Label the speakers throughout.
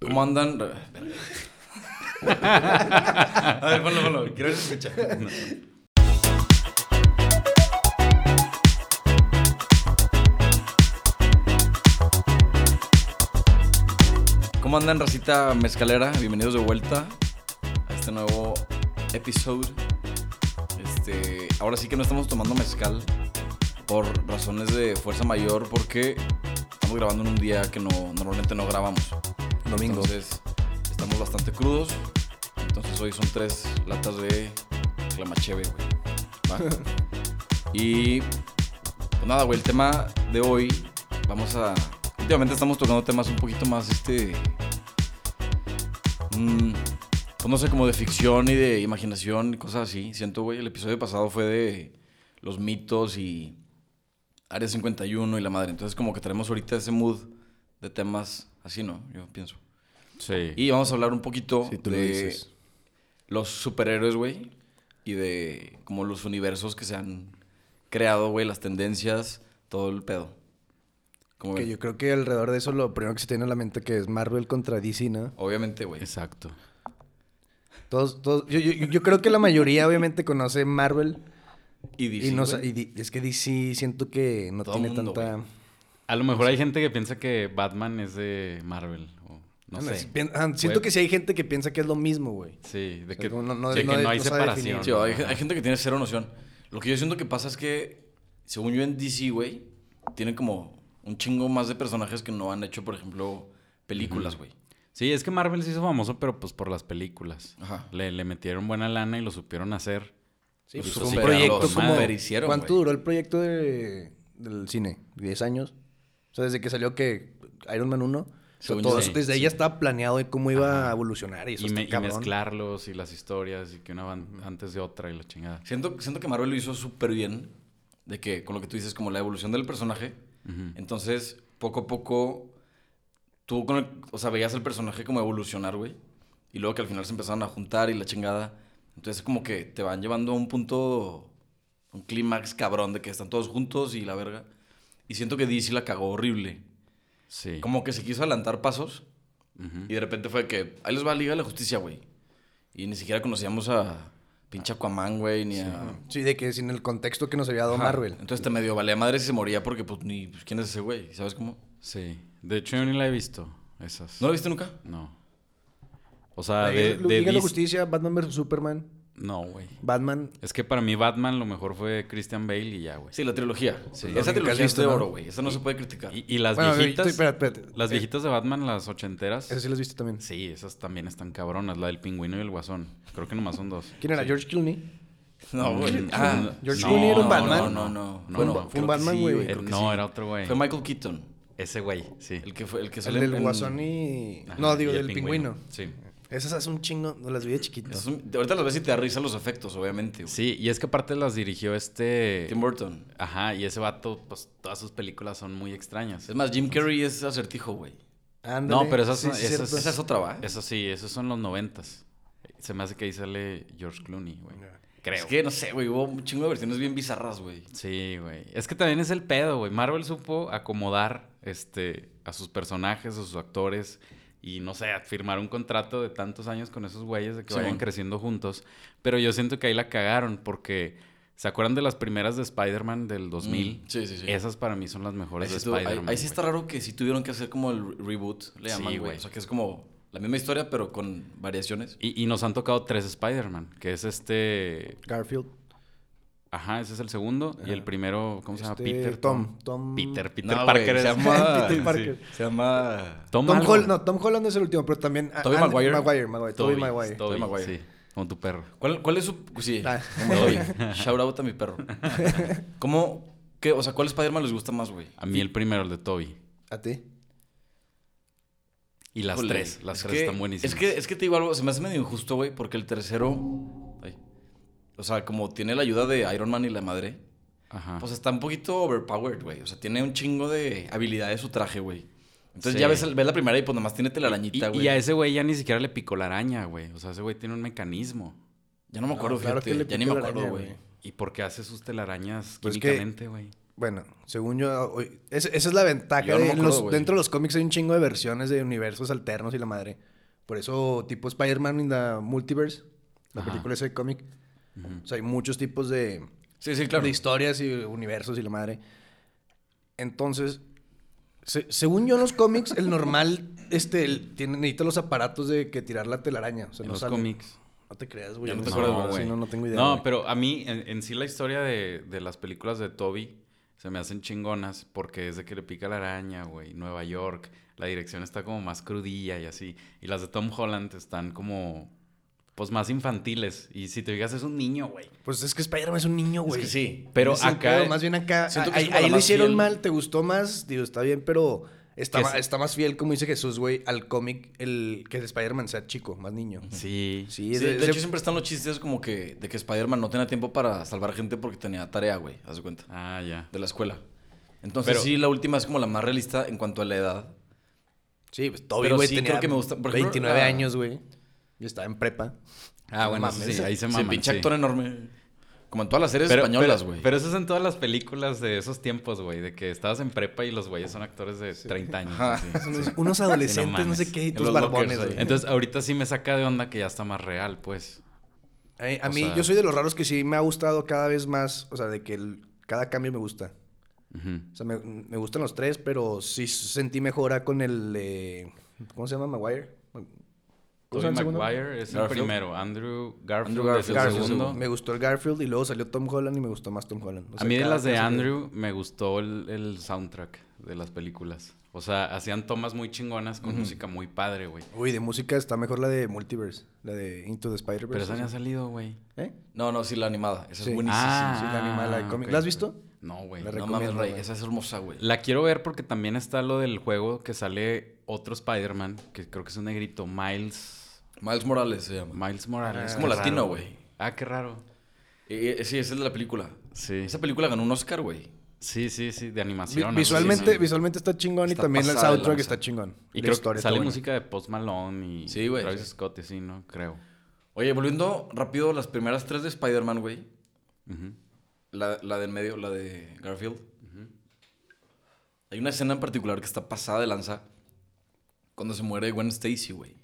Speaker 1: ¿Cómo andan? A ver, ponlo, ponlo. Quiero escuchar. ¿Cómo andan, racita mezcalera? Bienvenidos de vuelta a este nuevo episodio. Este, ahora sí que no estamos tomando mezcal por razones de fuerza mayor porque estamos grabando en un día que no, normalmente no grabamos.
Speaker 2: Domingo.
Speaker 1: Entonces, estamos bastante crudos. Entonces, hoy son tres latas de clamacheve, güey. ¿Va? y, pues nada, güey, el tema de hoy, vamos a... Últimamente estamos tocando temas un poquito más, este... mm, pues no sé, como de ficción y de imaginación y cosas así. Siento, güey, el episodio pasado fue de los mitos y Área 51 y la madre. Entonces, como que tenemos ahorita ese mood de temas así, ¿no? Yo pienso.
Speaker 3: Sí.
Speaker 1: Y vamos a hablar un poquito
Speaker 2: Sí, tú lo
Speaker 1: de
Speaker 2: dices.
Speaker 1: los superhéroes, güey. Y de como los universos que se han creado, güey, las tendencias, todo el pedo. Como
Speaker 2: Que yo creo que alrededor de eso lo primero que se tiene en la mente que es Marvel contra DC, ¿no?
Speaker 1: Obviamente, güey.
Speaker 3: Exacto.
Speaker 2: Todos, todos, yo, yo- yo creo que la mayoría obviamente conoce Marvel.
Speaker 1: Y
Speaker 2: Y,
Speaker 1: DC,
Speaker 2: no, sa-
Speaker 1: güey.
Speaker 2: y di- es que DC siento que no
Speaker 1: Todo
Speaker 2: tiene
Speaker 1: mundo,
Speaker 2: tanta...
Speaker 1: güey.
Speaker 3: A lo mejor hay gente que piensa que Batman es de Marvel. O no
Speaker 2: Bueno,
Speaker 3: sé.
Speaker 2: si pien- ah, siento
Speaker 3: Güey.
Speaker 2: que sí hay gente que piensa que es lo mismo, güey.
Speaker 3: Sí, de
Speaker 2: Es
Speaker 3: que
Speaker 2: como
Speaker 3: de que no,
Speaker 2: no- no- no-
Speaker 3: hay
Speaker 2: no sabe
Speaker 3: separación.
Speaker 2: definir.
Speaker 1: Sí, hay, hay gente que tiene cero noción. Lo que yo siento que pasa es que, según yo en DC, güey, tienen como un chingo más de personajes que no han hecho, por ejemplo, películas, güey.
Speaker 3: Sí, es que Marvel se hizo famoso, pero pues por las películas.
Speaker 1: Ajá.
Speaker 3: Le, le metieron buena lana y lo supieron hacer.
Speaker 2: Sí,
Speaker 1: Los
Speaker 2: pues fue un
Speaker 1: superaron,
Speaker 2: proyecto
Speaker 1: los
Speaker 2: como...
Speaker 1: superhicieron,
Speaker 2: ¿Cuánto
Speaker 1: güey.
Speaker 2: duró el proyecto de- del cine? ¿10 años? O sea, desde que salió que Iron Man 1. o sea,
Speaker 1: Según yo,
Speaker 2: todo
Speaker 1: sí,
Speaker 2: eso, desde ahí ya estaba planeado de cómo iba a evolucionar y eso
Speaker 3: Y,
Speaker 2: está
Speaker 3: me- y
Speaker 2: cabrón.
Speaker 3: mezclarlos y las historias y que una van antes de otra y la chingada.
Speaker 1: Siento, siento que Marvel lo hizo súper bien. De que, con lo que tú dices, como la evolución del personaje.
Speaker 3: Ujú.
Speaker 1: Entonces, poco a poco, tú con el- o sea, veías el personaje como evolucionar, güey. Y luego que al final se empezaron a juntar y la chingada. Entonces, como que te van llevando a un punto, un clímax cabrón de que están todos juntos y la verga. Y siento que DC la cagó horrible.
Speaker 3: Sí.
Speaker 1: Como que se quiso adelantar pasos.
Speaker 3: Ujú.
Speaker 1: Y de repente fue que ahí les va Liga de la Justicia, güey. Y ni siquiera conocíamos a pinche Aquaman, güey, ni a
Speaker 2: Sí, de que sin el contexto que nos había dado
Speaker 1: Ajá.
Speaker 2: Marvel.
Speaker 1: Entonces te medio valía madre si se moría porque, pues, ni. pues, ¿Quién es ese güey? ¿Sabes cómo?
Speaker 3: Sí. De hecho, yo ni la he visto. Esas.
Speaker 1: ¿No lo viste nunca?
Speaker 3: No. O sea, Ah, de,
Speaker 2: Liga
Speaker 3: de
Speaker 2: Liga de la
Speaker 3: Dis-
Speaker 2: Justicia, Batman vs. Superman,
Speaker 3: No, güey.
Speaker 2: Batman.
Speaker 3: Es que para mí Batman lo mejor fue Christian Bale y ya, güey.
Speaker 1: Sí, la trilogía. Esa
Speaker 3: Sí.
Speaker 2: Lo que has
Speaker 1: trilogía es
Speaker 2: visto,
Speaker 1: de
Speaker 2: ¿no?
Speaker 1: oro, güey. Esa no se puede criticar.
Speaker 3: Y, y las
Speaker 2: Bueno,
Speaker 3: viejitas.
Speaker 2: estoy- espérate, espérate.
Speaker 3: Las
Speaker 2: Eh,
Speaker 3: viejitas de Batman, las ochenteras.
Speaker 2: Eso sí las viste también.
Speaker 3: Sí, esas también están cabronas. La del pingüino y el guasón. Creo que nomás son dos.
Speaker 2: ¿Quién era?
Speaker 3: Sí.
Speaker 2: George Clooney.
Speaker 1: No, güey.
Speaker 3: Mm,
Speaker 1: Ah,
Speaker 2: George
Speaker 1: no,
Speaker 2: Clooney era un
Speaker 1: no,
Speaker 2: Batman.
Speaker 1: No, no, no.
Speaker 3: No,
Speaker 1: Fue-
Speaker 3: no,
Speaker 1: fue un
Speaker 3: creo que
Speaker 2: Batman,
Speaker 1: sí,
Speaker 2: güey.
Speaker 3: Eh,
Speaker 1: creo que
Speaker 3: no,
Speaker 1: sí.
Speaker 3: era otro güey.
Speaker 1: Fue Michael Keaton.
Speaker 3: Ese güey, sí.
Speaker 1: El que fue. El que
Speaker 2: El
Speaker 1: sale
Speaker 2: del
Speaker 1: en-
Speaker 2: guasón y...
Speaker 3: Ajá,
Speaker 2: No, digo,
Speaker 3: y el
Speaker 2: del pingüino.
Speaker 3: Sí.
Speaker 2: Esas hace un chingo, no las vi de chiquito.
Speaker 1: Es un- Ahorita las ves y te da risa los efectos, obviamente. güey.
Speaker 3: Sí, y es que aparte las dirigió este.
Speaker 1: Tim Burton.
Speaker 3: Ajá, y ese vato, pues todas sus películas son muy extrañas.
Speaker 1: Es más, Jim Carrey es acertijo, güey.
Speaker 2: Ándale.
Speaker 3: No, pero esas-
Speaker 2: sí,
Speaker 3: esas-
Speaker 2: cierto.
Speaker 1: Esa es otra, ¿va?
Speaker 3: Eso sí, esos son los noventas. Se me hace que ahí sale George Clooney, güey. Creo.
Speaker 1: Es que no sé, güey. Hubo un chingo de versiones bien bizarras, güey.
Speaker 3: Sí, güey. Es que también es el pedo, güey. Marvel supo acomodar este, a sus personajes, a sus actores y, no sé, firmar un contrato de tantos años con esos güeyes de que vayan
Speaker 1: Simón.
Speaker 3: creciendo juntos. Pero yo siento que ahí la cagaron porque, ¿se acuerdan de las primeras de Spider-Man del 2000?
Speaker 1: Mm, sí, sí, sí.
Speaker 3: Esas para mí son las
Speaker 1: Ahí
Speaker 3: mejores
Speaker 1: sí,
Speaker 3: de
Speaker 1: estuvo- ahí-
Speaker 3: Spider-Man.
Speaker 1: ahí sí
Speaker 3: güey.
Speaker 1: está raro que sí tuvieron que hacer como el re- reboot, le
Speaker 3: Sí,
Speaker 1: llaman, güey.
Speaker 3: güey.
Speaker 1: O sea, que es como la misma historia, pero con variaciones.
Speaker 3: Y, y nos han tocado tres Spider-Man, que es este...
Speaker 2: Garfield.
Speaker 3: Ajá, ese es el segundo. Y el primero, ¿cómo se llama?
Speaker 2: Este,
Speaker 3: Peter.
Speaker 2: Tom. Tom.
Speaker 3: Peter, Peter
Speaker 1: No, güey,
Speaker 3: Parker. es-
Speaker 1: se llama...
Speaker 2: Peter Parker.
Speaker 1: sí, se llama...
Speaker 3: Tom,
Speaker 2: Tom
Speaker 3: algo.
Speaker 2: Holland, no, Tom Holland es el último, pero también... ah,
Speaker 1: Tobey
Speaker 2: ah,
Speaker 1: Maguire.
Speaker 2: Maguire, Maguire. Tobey
Speaker 3: Toby,
Speaker 2: Maguire.
Speaker 3: Toby,
Speaker 1: Tobey Maguire.
Speaker 3: sí. Como tu perro.
Speaker 1: ¿Cuál, cuál es su...? Sí,
Speaker 2: Ah.
Speaker 1: como Dobby. Shout out a mi perro. ¿Cómo...? Qué, o sea, ¿cuál Spider-Man les gusta más, güey?
Speaker 3: A mí el primero, el de Toby.
Speaker 2: ¿A ti?
Speaker 3: Y las
Speaker 1: Híjole,
Speaker 3: tres. Las
Speaker 1: es
Speaker 3: tres
Speaker 1: que-
Speaker 3: están buenísimas.
Speaker 1: Es que, es que te digo algo, se me hace medio injusto, güey, porque el tercero... ay, o sea, como tiene la ayuda de Iron Man y la madre,
Speaker 3: Ajá.
Speaker 1: pues está un poquito overpowered, güey. O sea, tiene un chingo de habilidades su traje, güey. Entonces
Speaker 3: Sí.
Speaker 1: ya ves, el- ves la primera y pues nomás tiene
Speaker 3: y,
Speaker 1: telarañita,
Speaker 3: y
Speaker 1: güey.
Speaker 3: a ese güey ya ni siquiera le picó la araña, güey. O sea, ese güey tiene un mecanismo.
Speaker 1: Ya no me acuerdo,
Speaker 2: No, claro
Speaker 1: fíjate.
Speaker 2: que le
Speaker 1: ya ni me
Speaker 2: picó la
Speaker 1: acuerdo,
Speaker 2: araña,
Speaker 1: güey.
Speaker 2: güey.
Speaker 3: ¿Y por qué hace sus telarañas
Speaker 2: Pues que-
Speaker 3: químicamente, güey?
Speaker 2: Bueno, según yo, hoy- es- esa es la ventaja.
Speaker 1: Yo no
Speaker 2: de-
Speaker 1: me
Speaker 2: en
Speaker 1: acuerdo,
Speaker 2: los-
Speaker 1: güey.
Speaker 2: dentro de los cómics hay un chingo de versiones de universos alternos y la madre. Por eso, tipo Spider-Man in the Multiverse, la
Speaker 3: Ajá.
Speaker 2: película esa de cómic. O sea, hay muchos tipos de,
Speaker 1: Sí, sí, claro.
Speaker 2: de historias y universos y la madre. Entonces, se- según yo en los cómics, el normal este, el- tiene, necesita los aparatos de que tirar la telaraña. O sea,
Speaker 3: En
Speaker 2: no
Speaker 3: los
Speaker 2: sale.
Speaker 3: cómics.
Speaker 2: No te creas, güey.
Speaker 1: Ya no
Speaker 2: yo
Speaker 1: te
Speaker 2: sé,
Speaker 1: acuerdas,
Speaker 2: güey.
Speaker 1: ¿verdad?
Speaker 2: Sí,
Speaker 3: güey.
Speaker 2: no, no tengo idea.
Speaker 3: No,
Speaker 2: güey.
Speaker 3: pero a mí, en, en sí, la historia de, de las películas de Toby se me hacen chingonas porque es de que le pica la araña, güey. Nueva York, la dirección está como más crudilla y así. Y las de Tom Holland están como, pues, más infantiles. Y si te fijas, es un niño, güey.
Speaker 2: Pues es que Spider-Man es un niño, güey.
Speaker 1: que sí.
Speaker 3: Pero
Speaker 2: Ese es el
Speaker 3: acá-
Speaker 2: pedo, más bien acá.
Speaker 1: Siento que es
Speaker 2: Ahí,
Speaker 1: como la
Speaker 2: ahí lo
Speaker 1: más
Speaker 2: hicieron
Speaker 1: fiel.
Speaker 2: mal, te gustó más. Digo, está bien, pero está,
Speaker 3: Que
Speaker 2: ma-
Speaker 3: es-
Speaker 2: está más fiel, como dice Jesús, güey, al cómic el que el Spider-Man sea chico, más niño.
Speaker 3: Sí.
Speaker 2: Sí,
Speaker 1: Sí,
Speaker 2: ese-
Speaker 1: de,
Speaker 2: ese-
Speaker 1: hecho, siempre están los chistes como que de que Spider-Man no tenía tiempo para salvar gente porque tenía tarea, güey. Haz de cuenta.
Speaker 3: Ah, ya.
Speaker 1: De la escuela. Entonces,
Speaker 3: Pero-
Speaker 1: sí, la última es como la más realista en cuanto a la edad.
Speaker 2: Sí, pues Toby,
Speaker 1: Pero
Speaker 2: güey,
Speaker 1: sí,
Speaker 2: tenía
Speaker 1: creo que me gusta- por ejemplo, ah.
Speaker 2: 29
Speaker 1: la-
Speaker 2: años, güey. Yo estaba en prepa.
Speaker 3: Ah, bueno,
Speaker 1: Mames,
Speaker 3: eso sí, ahí se maman.
Speaker 1: Sí, pinche
Speaker 3: sí.
Speaker 1: actor enorme. Como en todas las series
Speaker 3: Pero-
Speaker 1: españolas,
Speaker 3: pero-
Speaker 1: güey.
Speaker 3: Pero eso es en todas las películas de esos tiempos, güey. De que estabas en prepa y los güeyes son actores de 30 años.
Speaker 1: Ajá.
Speaker 3: así.
Speaker 2: Unos, unos adolescentes, no,
Speaker 3: mames.
Speaker 2: sé qué, y
Speaker 1: En
Speaker 2: tus
Speaker 1: los
Speaker 2: barbones,
Speaker 1: lockers,
Speaker 2: güey.
Speaker 1: ahí.
Speaker 3: Entonces, ahorita sí me saca de onda que ya está más real, pues.
Speaker 2: Ay, A,
Speaker 3: O
Speaker 2: mí,
Speaker 3: sea-
Speaker 2: yo soy de los raros que sí me ha gustado cada vez más. O sea, de que el- cada cambio me gusta.
Speaker 3: Ujú.
Speaker 2: O sea, me, me gustan los tres, pero sí sentí mejora con el. eh, ¿Cómo se llama? Maguire. ¿Cómo se
Speaker 3: Tobey
Speaker 2: llama el segundo?
Speaker 3: Maguire es el
Speaker 1: Garfield.
Speaker 3: primero. Andrew Garfield,
Speaker 1: Andrew
Speaker 3: es el
Speaker 2: Garfield,
Speaker 3: segundo.
Speaker 2: Me gustó el Garfield y luego salió Tom Holland y me gustó más Tom Holland. O
Speaker 3: A
Speaker 2: sea,
Speaker 3: mí de
Speaker 2: cada
Speaker 3: las de
Speaker 2: cosa que-
Speaker 3: Andrew me gustó el, el soundtrack de las películas. O sea, hacían tomas muy chingonas con música muy padre, güey.
Speaker 2: Uy, de música está mejor la de Multiverse, la de Into the
Speaker 3: Pero
Speaker 2: Spider-Verse.
Speaker 3: esa no ha salido, güey.
Speaker 2: ¿Eh?
Speaker 1: No, no, sí, la animada. Esa
Speaker 2: Sí.
Speaker 1: es buenísima.
Speaker 3: Ah,
Speaker 2: sí, la animada, la de cómic.
Speaker 3: ok.
Speaker 2: ¿La has visto?
Speaker 3: No, güey.
Speaker 2: La
Speaker 3: no.
Speaker 1: no mames,
Speaker 2: recomiendo,
Speaker 1: Rey.
Speaker 2: güey.
Speaker 1: Esa es hermosa, güey.
Speaker 3: La quiero ver porque también está lo del juego que sale otro Spider-Man, que creo que es un negrito, Miles.
Speaker 1: Miles Morales se llama.
Speaker 3: Miles Morales.
Speaker 1: es como
Speaker 3: Qué
Speaker 1: latino,
Speaker 3: raro,
Speaker 1: güey.
Speaker 3: Ah, qué raro.
Speaker 1: Eh, eh, sí, esa es de la película.
Speaker 3: Sí.
Speaker 1: Esa película ganó un Oscar, güey.
Speaker 3: Sí, sí, sí, de
Speaker 2: Vi-
Speaker 3: animación. algo así,
Speaker 2: visualmente,
Speaker 3: ¿no?
Speaker 2: visualmente está chingón y
Speaker 1: Está
Speaker 2: también el
Speaker 1: pasada de
Speaker 2: soundtrack
Speaker 1: lanza.
Speaker 2: está chingón.
Speaker 3: Y
Speaker 2: La
Speaker 3: creo
Speaker 2: historia
Speaker 3: que
Speaker 2: está
Speaker 3: sale
Speaker 2: buena.
Speaker 3: música de Post Malone y
Speaker 1: Sí, güey,
Speaker 3: Travis
Speaker 1: sí.
Speaker 3: Scott, y sí, ¿no? Creo.
Speaker 1: Oye, volviendo rápido las primeras tres de Spider-Man, güey.
Speaker 3: Ujú.
Speaker 1: La, la del medio, la de Garfield. Hay una escena en particular que está pasada de lanza cuando se muere Gwen Stacy, güey.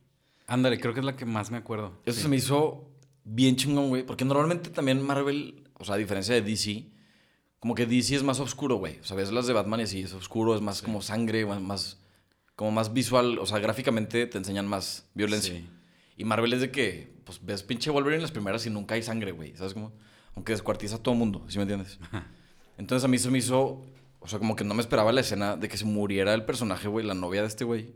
Speaker 3: Ándale, creo que es la que más me acuerdo.
Speaker 1: Eso se me hizo bien chingón, güey. Porque normalmente también Marvel, o sea, a diferencia de DC, como que DC es más oscuro, güey. O sea, ves las de Batman y así, es oscuro, es más como sangre, más- más, como más visual. O sea, gráficamente te enseñan más violencia.
Speaker 3: Sí.
Speaker 1: Y Marvel es de que, pues, ves pinche Wolverine en las primeras y nunca hay sangre, güey. ¿Sabes cómo? Aunque descuartiza a todo mundo, ¿sí me entiendes? Entonces a mí se me hizo, o sea, como que no me esperaba la escena de que se muriera el personaje, güey, la novia de este güey.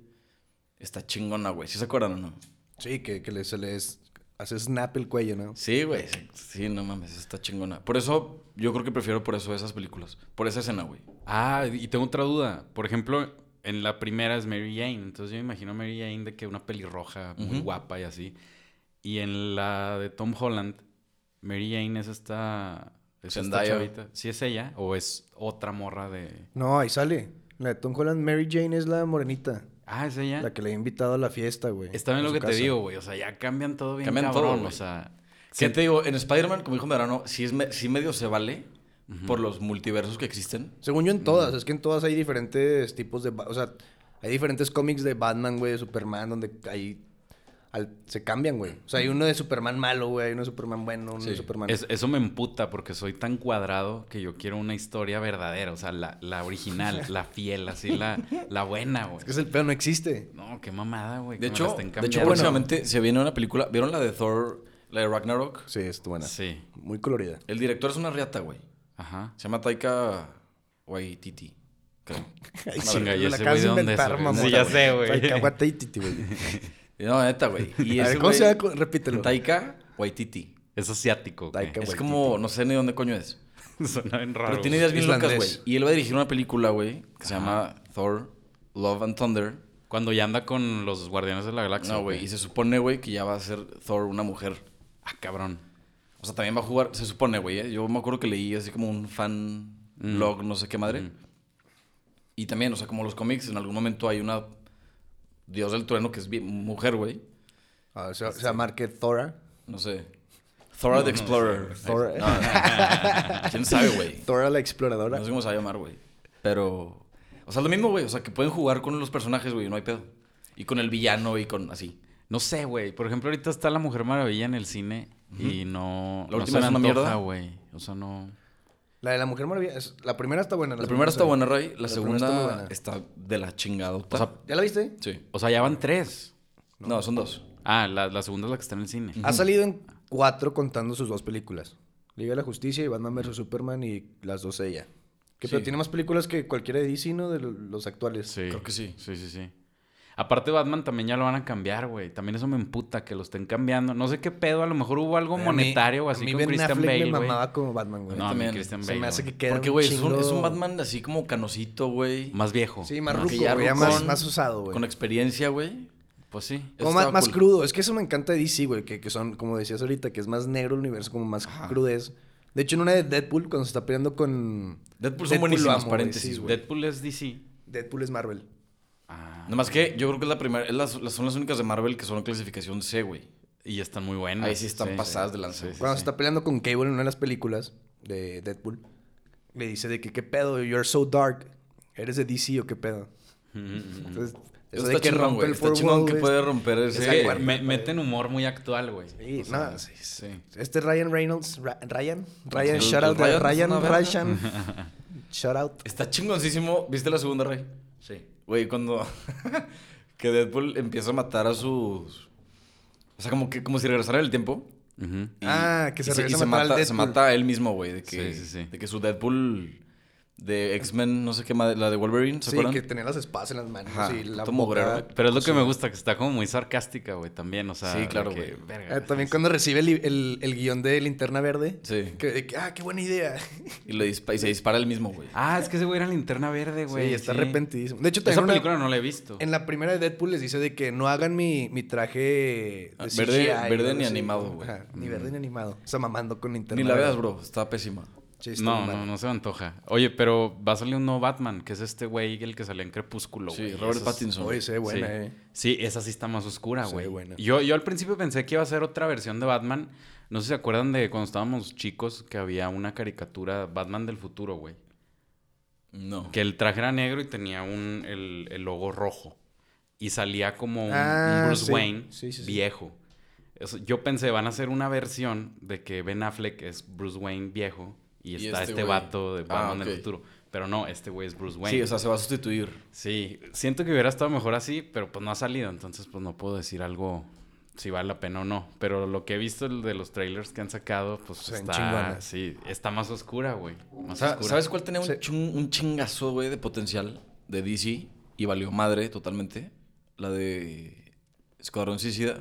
Speaker 1: Está chingona, güey. ¿Sí se acuerdan o no?
Speaker 2: Sí, que, que le- se les hace snap el cuello, ¿no?
Speaker 1: Sí, güey. sí, Sí, no mames, está chingona. Por eso, yo creo que prefiero por eso esas películas. Por esa escena, güey.
Speaker 3: Ah, y tengo otra duda. Por ejemplo, en la primera es Mary Jane. Entonces yo me imagino a Mary Jane de que una pelirroja muy
Speaker 1: Ujú.
Speaker 3: guapa y así. Y en la de Tom Holland, Mary Jane es esta. Es esta
Speaker 1: Zendaya.
Speaker 3: chavita. ¿Sí es ella? ¿O es otra morra de.?
Speaker 2: No, ahí sale. La de Tom Holland, Mary Jane es la morenita.
Speaker 3: Ah, es ella.
Speaker 2: La que le he invitado a la fiesta, güey.
Speaker 3: Está bien
Speaker 2: en
Speaker 3: lo
Speaker 2: su
Speaker 3: que te
Speaker 2: casa.
Speaker 3: digo, güey. O sea, ya cambian todo bien.
Speaker 1: Cambian todo,
Speaker 3: cabrón, O
Speaker 1: güey.
Speaker 3: sea.
Speaker 1: ¿Qué
Speaker 3: sí-
Speaker 1: te digo? En Spider-Man, como dijo Medrano, sí, es me- sí medio se vale por los multiversos que existen.
Speaker 2: Según yo en todas, es que en todas hay diferentes tipos de, ba- o sea, hay diferentes cómics de Batman, güey, de Superman donde hay al- se cambian, güey. O sea, hay uno de Superman malo, güey, hay uno de Superman bueno, uno de
Speaker 1: Sí.
Speaker 2: Superman.
Speaker 3: Es- eso me emputa porque soy tan cuadrado que yo quiero una historia verdadera, o sea, la, la original, la fiel, así, la, la buena, güey.
Speaker 2: Es que es el pedo no existe.
Speaker 3: No, qué mamada, güey.
Speaker 1: De
Speaker 3: que me
Speaker 1: hecho,
Speaker 3: la estén
Speaker 1: de hecho,
Speaker 3: cambiando.
Speaker 1: próximamente se viene una película. ¿Vieron la de Thor, la de Ragnarok?
Speaker 2: Sí, es buena.
Speaker 3: Sí,
Speaker 2: Muy colorida.
Speaker 1: El director es una riata, güey.
Speaker 3: ajá.
Speaker 1: Se llama Taika Waititi. creo.
Speaker 2: Ay,
Speaker 3: chinga,
Speaker 2: me
Speaker 3: ¿y
Speaker 2: la
Speaker 3: ese
Speaker 2: acabas
Speaker 3: güey
Speaker 2: de
Speaker 3: de dónde
Speaker 2: inventar,
Speaker 3: es, güey?
Speaker 2: mamón.
Speaker 3: Sí, ya sé, güey.
Speaker 2: Ay, caguate y titi, güey.
Speaker 1: No, neta, güey. Y
Speaker 2: A
Speaker 1: ese
Speaker 2: ver, ¿cómo se
Speaker 1: güey-
Speaker 2: llama? Repítelo.
Speaker 1: Taika Waititi.
Speaker 3: Es asiático. güey.
Speaker 2: Taika,
Speaker 1: Es
Speaker 2: Waititi.
Speaker 1: como, no sé ni dónde coño es.
Speaker 3: Suena bien raro.
Speaker 1: Pero tiene ideas bien locas,
Speaker 2: Islandés.
Speaker 1: güey. Y él va a dirigir una película, güey, que se llama Thor, Love and Thunder.
Speaker 3: güey. Cuando ya anda con los Guardianes de la Galaxia.
Speaker 1: No, güey. Y se supone, güey, que ya va a ser Thor una mujer.
Speaker 3: Ah, cabrón.
Speaker 1: O sea, también va a jugar, se supone, güey. ¿eh? Yo me acuerdo que leí así como un fan
Speaker 3: Mm.
Speaker 1: blog, no sé qué madre. Y también, o sea, como los cómics, en algún momento hay una Dios del Trueno que es bien- mujer, güey.
Speaker 2: Ah, o sea, o sea, marque Thora.
Speaker 1: No sé. Thor
Speaker 3: No,
Speaker 1: the
Speaker 3: no,
Speaker 1: Explorer.
Speaker 3: sí,
Speaker 2: Thor-
Speaker 1: No, no, no. ¿Quién sabe, güey?
Speaker 2: Thor la
Speaker 1: No
Speaker 2: exploradora.
Speaker 1: sé cómo se va a llamar, güey. Pero. O sea, lo mismo, güey. O sea, que pueden jugar con los personajes, güey. No hay pedo. Y con el villano y con así.
Speaker 3: No sé, güey. Por ejemplo, ahorita está La Mujer Maravilla en el cine y no.
Speaker 1: La
Speaker 3: no
Speaker 1: última
Speaker 3: se
Speaker 1: es una
Speaker 3: me antoja,
Speaker 1: mierda.
Speaker 3: güey. O sea, no.
Speaker 2: La de la Mujer Maravilla. es- La primera está buena.
Speaker 1: La, primera está buena, Ray. La,
Speaker 2: primera está muy
Speaker 1: segunda
Speaker 2: buena.
Speaker 1: está, de la chingadota.
Speaker 3: O sea,
Speaker 2: ¿Ya la viste?
Speaker 1: sí.
Speaker 3: O sea, ya van tres.
Speaker 1: No, son dos.
Speaker 3: Ah, la, la segunda es la que está en el cine.
Speaker 2: Ha salido en cuatro contando sus dos películas. Liga de la Justicia y Batman vs. Superman y las dos ella. Que pero
Speaker 1: Sí.
Speaker 2: tiene más películas que cualquiera de DC, ¿no? De lo- los actuales.
Speaker 3: Sí.
Speaker 1: Creo que sí.
Speaker 3: Sí, sí, sí. Aparte, Batman también ya lo van a cambiar, güey. También eso me emputa que lo estén cambiando. No sé qué pedo. A lo mejor hubo algo
Speaker 2: A mí-
Speaker 3: monetario o
Speaker 2: a
Speaker 3: así
Speaker 2: mí
Speaker 3: con
Speaker 2: Ben
Speaker 3: Christian
Speaker 2: Affleck
Speaker 3: Bale,
Speaker 2: me
Speaker 3: güey.
Speaker 2: mamaba como Batman, güey.
Speaker 3: No, a mí
Speaker 1: También.
Speaker 3: Christian
Speaker 2: Se
Speaker 3: Bale.
Speaker 2: me hace
Speaker 3: güey.
Speaker 2: que queda
Speaker 1: Porque,
Speaker 2: un
Speaker 1: güey, es un,
Speaker 2: chingo-
Speaker 1: es un Batman así como canosito, güey.
Speaker 3: Más viejo.
Speaker 2: Sí, más
Speaker 1: Más
Speaker 2: ruco,
Speaker 1: que ya
Speaker 2: güey, ya
Speaker 1: rucón,
Speaker 2: más, más usado, güey.
Speaker 1: Con experiencia, güey.
Speaker 3: Pues sí.
Speaker 1: Eso
Speaker 2: Como más,
Speaker 1: estaba
Speaker 2: más
Speaker 1: cool.
Speaker 2: crudo. Es que eso me encanta de DC, güey. Que, que son, como decías ahorita, que es más negro el universo, como más crudez. De hecho, en una de Deadpool, cuando se está peleando con...
Speaker 1: Deadpool son
Speaker 2: lo
Speaker 1: buenísimas,
Speaker 2: güey,
Speaker 1: paréntesis,
Speaker 2: sí,
Speaker 1: güey.
Speaker 3: Deadpool es DC.
Speaker 2: Deadpool es Marvel.
Speaker 3: Ah.
Speaker 1: Nada más que yo creo que es la primera. es las- las- son las únicas de Marvel que son clasificación C, güey.
Speaker 3: Y están muy buenas.
Speaker 1: Ahí sí están pasadas de lanza.
Speaker 2: Cuando se está peleando con Cable en una de las películas de Deadpool, le dice de que, ¿qué pedo? You're so dark. ¿Eres de DC o qué pedo? Entonces, eso de
Speaker 1: Mm-hmm. está
Speaker 2: que
Speaker 1: chingón,
Speaker 2: rompe
Speaker 1: güey.
Speaker 2: el
Speaker 1: Está
Speaker 2: fourth
Speaker 1: chingón
Speaker 2: wall,
Speaker 1: que
Speaker 2: güey.
Speaker 1: puede romper
Speaker 3: Es
Speaker 1: ese.
Speaker 2: Esa
Speaker 3: que
Speaker 2: cuarta,
Speaker 3: me-
Speaker 2: güey.
Speaker 3: meten humor muy actual, güey.
Speaker 2: Sí,
Speaker 3: O sea,
Speaker 2: no, sí, sí.
Speaker 3: sí.
Speaker 2: Este Ryan Reynolds, Ra- Ryan, Ryan,
Speaker 1: El-
Speaker 2: shout
Speaker 1: el
Speaker 2: out,
Speaker 1: Ryan es
Speaker 2: Ryan,
Speaker 1: una
Speaker 2: Ryan,
Speaker 1: verga.
Speaker 2: shout out.
Speaker 1: Está chingoncísimo. ¿Viste la segunda, Rey?
Speaker 3: Sí.
Speaker 1: Güey, cuando. que Deadpool empieza a matar a sus. O sea, como, que, como si regresara el tiempo.
Speaker 3: Ujú.
Speaker 1: Y-
Speaker 2: Ah, que se
Speaker 1: y
Speaker 2: regresa
Speaker 1: y se
Speaker 2: a matar al
Speaker 1: mata, se
Speaker 2: Deadpool.
Speaker 1: mata a él mismo, güey. De, que-
Speaker 3: Sí, sí, sí.
Speaker 1: de que su Deadpool de X-Men, no sé qué, madre- la de Wolverine, ¿se
Speaker 2: Sí,
Speaker 1: acuerdan?
Speaker 2: que tenía las espadas en las manos
Speaker 1: Ajá,
Speaker 2: y la
Speaker 1: puto
Speaker 2: boca.
Speaker 1: mugrero.
Speaker 3: Pero es lo que me gusta, que está como muy sarcástica, güey, también, o sea.
Speaker 1: Sí,
Speaker 3: de
Speaker 1: claro,
Speaker 3: que,
Speaker 1: güey.
Speaker 3: verga,
Speaker 2: Ah, también cuando recibe el, el- el guión de Linterna Verde.
Speaker 1: Sí.
Speaker 2: Que, de que, ah, qué buena idea.
Speaker 1: Y, le dispa- y se dispara él mismo, güey.
Speaker 3: Ah, es que ese güey era linterna verde, güey.
Speaker 2: Güey, está
Speaker 3: sí.
Speaker 2: arrepentidísimo. De hecho,
Speaker 3: Esa
Speaker 2: también una-
Speaker 3: película no la he visto.
Speaker 2: en la primera de Deadpool les dice de que no hagan mi, mi traje de
Speaker 1: Ah,
Speaker 2: CGI,
Speaker 1: verde-
Speaker 2: ¿no?
Speaker 1: verde ni
Speaker 2: Sí,
Speaker 1: animado, güey. Mm.
Speaker 2: ajá, Ni verde ni animado. O sea, mamando con Linterna
Speaker 1: Ni la veas,
Speaker 2: Verde.
Speaker 1: bro. Está pésima.
Speaker 2: Sí, está
Speaker 3: No,
Speaker 2: muy mal.
Speaker 3: no, no se me antoja. Oye, pero va a salir un nuevo Batman, que es este güey, el que salía en Crepúsculo, güey.
Speaker 1: Sí, Robert
Speaker 3: Eso es-
Speaker 1: Pattinson.
Speaker 2: Oye, se ve buena,
Speaker 3: sí.
Speaker 2: eh.
Speaker 3: Sí, esa sí está más oscura,
Speaker 2: Se
Speaker 3: güey.
Speaker 2: ve buena.
Speaker 3: Yo, yo al principio pensé que iba a ser otra versión de Batman. No sé si se acuerdan de cuando estábamos chicos que había una caricatura Batman del futuro, güey.
Speaker 1: No.
Speaker 3: Que el traje era negro y tenía un, el, el logo rojo. Y salía como un, un
Speaker 2: Ah,
Speaker 3: Bruce
Speaker 2: sí.
Speaker 3: Wayne
Speaker 2: Sí, sí, sí.
Speaker 3: viejo. Eso- yo pensé, van a hacer una versión de que Ben Affleck es Bruce Wayne viejo y,
Speaker 1: Y
Speaker 3: está
Speaker 1: este
Speaker 3: este,
Speaker 1: güey.
Speaker 3: vato de
Speaker 1: Ah,
Speaker 3: Batman
Speaker 1: ok.
Speaker 3: del futuro. Pero no, este güey es Bruce Wayne.
Speaker 1: Sí, o sea, se va a sustituir.
Speaker 3: Sí, siento que hubiera estado mejor así, pero pues no ha salido. Entonces, pues no puedo decir algo si vale la pena o no. Pero lo que he visto de los trailers que han sacado, pues
Speaker 2: Se ven
Speaker 3: está,
Speaker 2: chingonas.
Speaker 3: sí, está más oscura, güey. Más
Speaker 1: Sa-
Speaker 3: oscura.
Speaker 1: ¿Sabes cuál tenía un,
Speaker 2: Sí.
Speaker 1: chun- un chingazo, güey, de potencial de DC? Y valió madre totalmente. La de Escuadrón Suicida.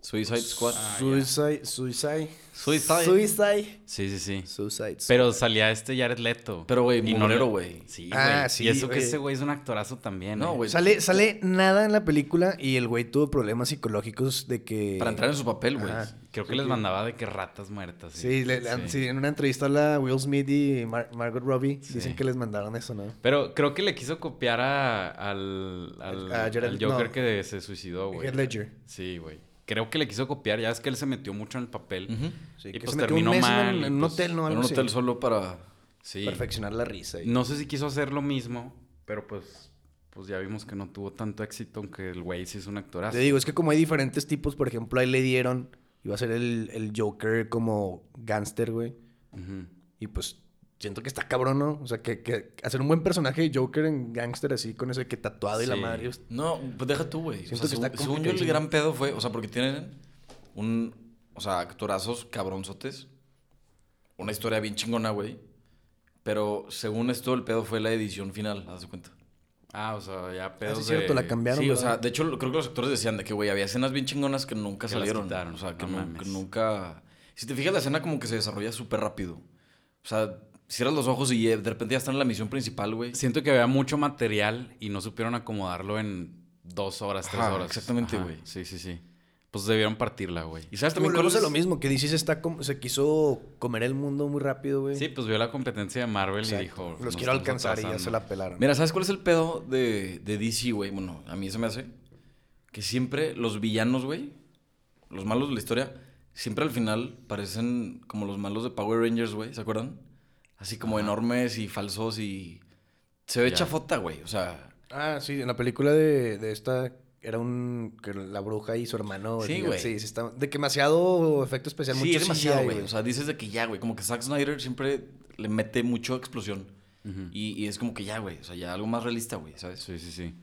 Speaker 1: Suicide Squad.
Speaker 2: Suicide, Ah, Suicide.
Speaker 1: Suicide.
Speaker 2: Suicide.
Speaker 3: Sí, sí, sí.
Speaker 2: Suicide.
Speaker 3: Pero salía este Jared Leto.
Speaker 1: Pero, güey,
Speaker 3: Y no
Speaker 1: mugrero,
Speaker 3: le-
Speaker 1: güey.
Speaker 3: Sí,
Speaker 2: Ah,
Speaker 3: güey.
Speaker 2: sí,
Speaker 3: Y eso que
Speaker 2: oye.
Speaker 3: ese güey es un actorazo también.
Speaker 1: No,
Speaker 3: ¿eh?
Speaker 1: güey.
Speaker 2: Sale, sale nada en la película y el güey tuvo problemas psicológicos de que.
Speaker 1: Para entrar en su papel, güey.
Speaker 2: Ajá.
Speaker 3: Creo que les mandaba de que ratas muertas.
Speaker 2: Sí, le- le han-
Speaker 3: Sí.
Speaker 2: sí, en una entrevista a la Will Smith y Mar- Margot Robbie dicen que les mandaron eso, ¿no?
Speaker 3: Pero creo que le quiso copiar a- al, al,
Speaker 2: A Jared-
Speaker 3: al Joker
Speaker 2: no.
Speaker 3: que se
Speaker 1: Oh,
Speaker 3: suicidó, güey.
Speaker 2: Heath Ledger.
Speaker 3: Sí, güey. Creo que le quiso copiar. Ya es que él se metió mucho en el papel.
Speaker 1: Ujú.
Speaker 2: Sí,
Speaker 3: Y
Speaker 2: que
Speaker 3: pues
Speaker 2: se metió
Speaker 3: terminó
Speaker 2: un mes en
Speaker 3: mal,
Speaker 2: el-
Speaker 3: y
Speaker 2: en un
Speaker 3: pues,
Speaker 2: hotel, ¿no?
Speaker 1: En
Speaker 2: Algo
Speaker 1: un
Speaker 2: así.
Speaker 1: hotel solo para.
Speaker 3: Sí.
Speaker 2: Perfeccionar la risa. y-
Speaker 3: No sé si quiso hacer lo mismo, pero pues, pues ya vimos que no tuvo tanto éxito, aunque el güey sí es un actorazo.
Speaker 2: Te digo, es que como hay diferentes tipos, por ejemplo, ahí le dieron, iba a ser el, el Joker como gangster, güey.
Speaker 3: Ujú.
Speaker 2: Y pues siento que está cabrón, ¿no? O sea, que, que hacer un buen personaje de Joker en gangster así, con eso de que tatuado y la
Speaker 3: Sí.
Speaker 2: madre.
Speaker 1: No, pues deja tú, güey. O sea,
Speaker 2: Siento que
Speaker 1: según,
Speaker 2: está
Speaker 1: según yo, el
Speaker 2: complicadísimo.
Speaker 1: gran pedo fue. O sea, porque tienen un. O sea, actorazos cabronzotes. Una historia bien chingona, güey. Pero según esto, el pedo fue la edición final, haz de cuenta.
Speaker 3: Ah, o sea, ya
Speaker 2: Ah,
Speaker 3: pedos
Speaker 2: sí es cierto,
Speaker 3: de-
Speaker 2: la cambiaron.
Speaker 1: Sí, o
Speaker 2: ¿verdad?
Speaker 1: sea, de hecho, lo- creo que los actores decían de que, güey, había escenas bien chingonas que nunca
Speaker 3: Que las
Speaker 1: salieron.
Speaker 3: quitaron,
Speaker 1: O sea, que,
Speaker 3: no
Speaker 1: nu-
Speaker 3: mames.
Speaker 1: que nunca. Si te fijas, la escena como que se desarrolla súper rápido. O sea, cierras los ojos y eh, de repente ya están en la misión principal, güey.
Speaker 3: Siento que había mucho material y no supieron acomodarlo en dos horas, tres
Speaker 1: Ajá,
Speaker 3: horas.
Speaker 1: exactamente,
Speaker 3: Ajá,
Speaker 1: güey.
Speaker 3: Sí, sí, sí. Pues debieron partirla, güey.
Speaker 1: Y sabes
Speaker 2: También
Speaker 1: también cuál es
Speaker 2: lo mismo, que DC se, está com- se quiso comer el mundo muy rápido, güey.
Speaker 3: Sí, pues vio la competencia de Marvel
Speaker 2: Exacto.
Speaker 3: y dijo...
Speaker 2: Los
Speaker 3: "Nos
Speaker 2: quiero
Speaker 3: estamos
Speaker 2: alcanzar y ya
Speaker 3: atrasando".
Speaker 2: se la pelaron.
Speaker 1: Mira, ¿sabes cuál es el pedo de, de DC, güey? Bueno, a mí se me hace que siempre los villanos, güey, los malos de la historia, siempre al final parecen como los malos de Power Rangers, güey, ¿se acuerdan? Así como enormes y falsos y... Se ve
Speaker 3: Ya.
Speaker 1: chafota, güey, o sea...
Speaker 2: Ah, sí, en la película de, de esta era un. que la bruja y su hermano.
Speaker 1: Sí,
Speaker 2: digo,
Speaker 1: güey.
Speaker 2: Sí, sí, está. De que demasiado efecto especial.
Speaker 1: Sí,
Speaker 2: mucho
Speaker 1: es demasiado,
Speaker 2: CGI,
Speaker 1: güey. O sea, dices de que ya, güey. Como que Zack Snyder siempre le mete mucho explosión.
Speaker 3: Ujú.
Speaker 1: Y, y es como que ya, güey. O sea, ya algo más realista, güey, ¿sabes?
Speaker 3: Sí, sí, sí.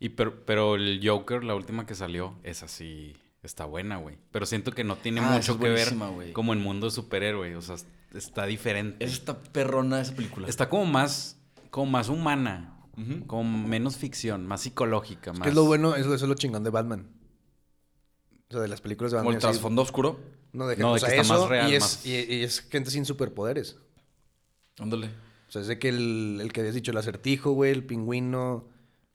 Speaker 3: Y pero, pero el Joker, la última que salió, es así. Está buena, güey. Pero siento que no tiene
Speaker 1: Ah, esa
Speaker 3: mucho
Speaker 1: es
Speaker 3: que ver
Speaker 1: buenísima, güey.
Speaker 3: como el mundo de superhéroe. O sea, es- está diferente.
Speaker 1: Es esta perrona esa película.
Speaker 3: Está como más, como más humana.
Speaker 1: Ujú.
Speaker 3: Como menos ficción, más psicológica,
Speaker 2: Es
Speaker 3: más.
Speaker 2: que es lo bueno, eso, eso es lo chingón de Batman. O sea, de las películas de
Speaker 1: como
Speaker 2: Batman.
Speaker 1: el
Speaker 2: así-
Speaker 1: trasfondo oscuro.
Speaker 2: No, de que,
Speaker 3: No, de
Speaker 2: o sea,
Speaker 3: que está
Speaker 2: eso,
Speaker 3: más real,
Speaker 2: y, es,
Speaker 3: más-
Speaker 2: y- y es gente sin superpoderes.
Speaker 1: Ándale.
Speaker 2: O sea, es de que el, el que habías dicho, el acertijo, güey, el pingüino.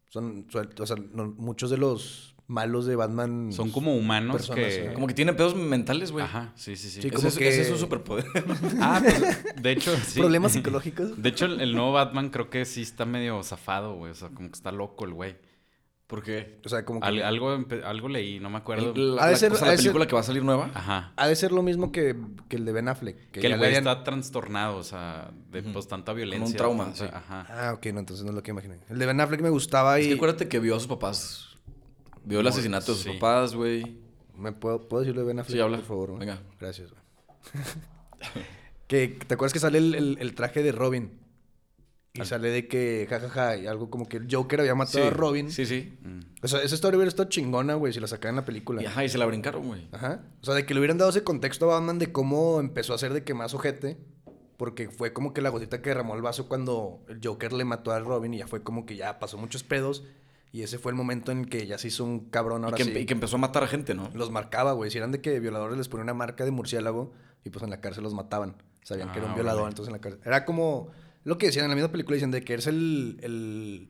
Speaker 2: Son. son- O sea, no- muchos de los malos de Batman.
Speaker 3: Son como humanos
Speaker 2: Personas,
Speaker 3: que.
Speaker 2: ¿no?
Speaker 1: Eh, Como que tiene pedos mentales, güey.
Speaker 3: Ajá, sí, sí, sí.
Speaker 2: Sí,
Speaker 1: Ese
Speaker 2: como
Speaker 1: es-
Speaker 2: que-
Speaker 1: Ese es su superpoder.
Speaker 3: Ah, pues, de hecho, sí.
Speaker 2: Problemas psicológicos.
Speaker 3: De hecho, el, el nuevo Batman creo que sí está medio zafado, güey. O sea, como que está loco el güey.
Speaker 1: ¿Por qué?
Speaker 2: O sea, como que.
Speaker 3: Al- algo, empe- algo leí, no me acuerdo.
Speaker 1: El- la,
Speaker 2: Ha de
Speaker 1: la-
Speaker 2: ser-
Speaker 1: o sea,
Speaker 2: ha
Speaker 1: la
Speaker 2: de ser-
Speaker 1: película que va a salir nueva.
Speaker 3: Ajá.
Speaker 2: Ha de ser lo mismo que, que el de Ben Affleck.
Speaker 3: Que,
Speaker 2: ya
Speaker 3: el
Speaker 2: le
Speaker 3: güey
Speaker 2: habían-
Speaker 3: está trastornado, o sea, de pues tanta violencia.
Speaker 1: trauma,
Speaker 3: tanta-
Speaker 1: sí.
Speaker 3: Ajá.
Speaker 2: Ah, ok, no, entonces no es lo que imaginé. El de Ben Affleck me gustaba
Speaker 1: Es
Speaker 2: y.
Speaker 1: que acuérdate que vio a sus papás. Vio el asesinato de sus
Speaker 3: sí.
Speaker 1: papás, güey.
Speaker 2: ¿Me puedo, ¿Puedo decirlo de Ben Affleck?
Speaker 1: Sí, habla.
Speaker 2: Por favor, güey?
Speaker 1: Venga.
Speaker 2: Gracias, güey. que, ¿Te acuerdas que sale el, el- el traje de Robin? Y sale de que, jajaja, y algo como que el Joker había matado a Robin.
Speaker 1: Ah. Sí, sí.
Speaker 3: Mm.
Speaker 2: O sea, esa historia hubiera estado chingona, güey, si la sacaran en la película.
Speaker 1: Y, ajá, y se la brincaron, güey.
Speaker 2: Ajá. O sea, de que le hubieran dado ese contexto a Batman de cómo empezó a ser de que más ojete. Porque fue como que la gotita que derramó el vaso cuando el Joker le mató a Robin y ya fue como que ya pasó muchos pedos. Y ese fue el momento en que ya se hizo un cabrón
Speaker 1: Y
Speaker 2: ahora
Speaker 1: que,
Speaker 2: sí.
Speaker 1: y que empezó a matar a gente, ¿no?
Speaker 2: Los marcaba, güey. Si eran de que violadores les ponían una marca de murciélago y pues en la cárcel los mataban. Sabían que era
Speaker 3: Ah,
Speaker 2: un violador,
Speaker 3: órale.
Speaker 2: entonces en la cárcel. Era como lo que decían en la misma película, dicen de que eres el. el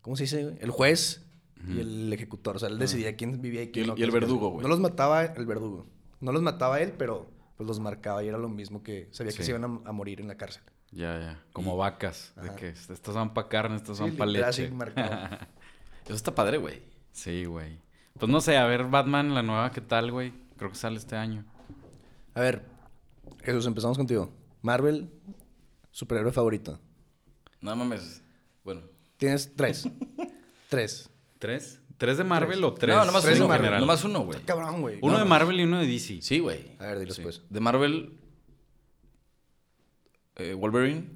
Speaker 2: ¿Cómo se dice? güey? El juez y el ejecutor. O sea, él decidía quién vivía y quién
Speaker 1: Ah. Y el-
Speaker 2: no.
Speaker 1: y el
Speaker 2: quién se
Speaker 1: verdugo,
Speaker 2: quedaba.
Speaker 1: güey.
Speaker 2: No los mataba el verdugo. No los mataba él, pero pues los marcaba y era lo mismo que sabía que
Speaker 3: Sí.
Speaker 2: se iban a, a morir en la cárcel.
Speaker 3: Ya, ya. Como vacas. De
Speaker 2: Ajá.
Speaker 3: que estas van para carne, estas
Speaker 2: Sí,
Speaker 3: van para
Speaker 2: literal,
Speaker 3: leche.
Speaker 2: sí, marcado.
Speaker 1: Eso está padre, güey.
Speaker 3: sí, güey. Pues no sé, a ver, Batman, la nueva, ¿qué tal, güey? Creo que sale este año.
Speaker 2: A ver, Jesús, empezamos contigo. Marvel, superhéroe favorito.
Speaker 1: No mames. Bueno.
Speaker 2: Tienes tres. tres.
Speaker 3: ¿Tres? ¿Tres de Marvel o tres?
Speaker 1: No, nomás
Speaker 2: Tres
Speaker 1: uno,
Speaker 2: de Marvel.
Speaker 1: güey. Nomás uno, güey.
Speaker 2: Cabrón, güey.
Speaker 3: Uno
Speaker 2: No,
Speaker 3: de
Speaker 2: no.
Speaker 3: Marvel y uno de DC.
Speaker 1: Sí, güey.
Speaker 2: A ver, dilos
Speaker 3: Sí.
Speaker 2: pues.
Speaker 1: De Marvel, eh, Wolverine.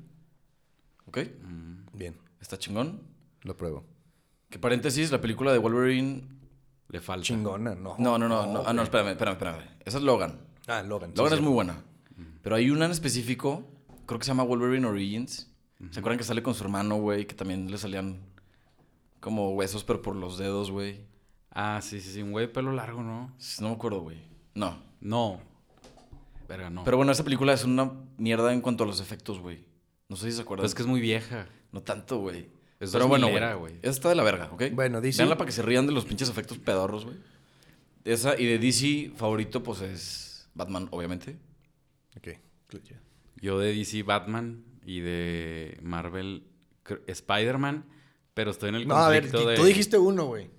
Speaker 1: ¿Ok?
Speaker 2: Bien,
Speaker 1: Está chingón.
Speaker 2: lo pruebo.
Speaker 1: Que paréntesis, la película de Wolverine.
Speaker 3: Le falta.
Speaker 2: Chingona, no.
Speaker 1: No, no, no. no. Ah, no, espérame, espérame, espérame. Esa es Logan.
Speaker 2: Ah, Logan. sí,
Speaker 1: Logan es
Speaker 2: sí.
Speaker 1: muy buena. Pero hay una en específico, creo que se llama Wolverine Origins. ¿Se acuerdan que sale con su hermano, güey? Que también le salían como huesos, pero por los dedos, güey.
Speaker 3: Ah, sí, sí, sí. Un güey de pelo largo, ¿no?
Speaker 1: No me acuerdo, güey. No.
Speaker 3: No. Verga, no.
Speaker 1: Pero bueno, esa película es una mierda en cuanto a los efectos, güey. No sé si se acuerdan.
Speaker 3: Pues es que es muy vieja.
Speaker 1: No tanto, güey.
Speaker 3: Es
Speaker 1: Pero bueno,
Speaker 3: era,
Speaker 1: güey.
Speaker 3: güey.
Speaker 1: Esa está de la verga, ¿ok?
Speaker 2: Bueno, DC.
Speaker 1: Veanla para que se rían de los pinches efectos pedorros, güey. Esa, y de DC favorito, pues es Batman, obviamente.
Speaker 2: Ok.
Speaker 3: Yo de DC Batman y de Marvel cr- Spider-Man, pero estoy en el
Speaker 2: No, a ver,
Speaker 3: conflicto
Speaker 2: di-
Speaker 3: de...
Speaker 2: tú dijiste uno, güey. En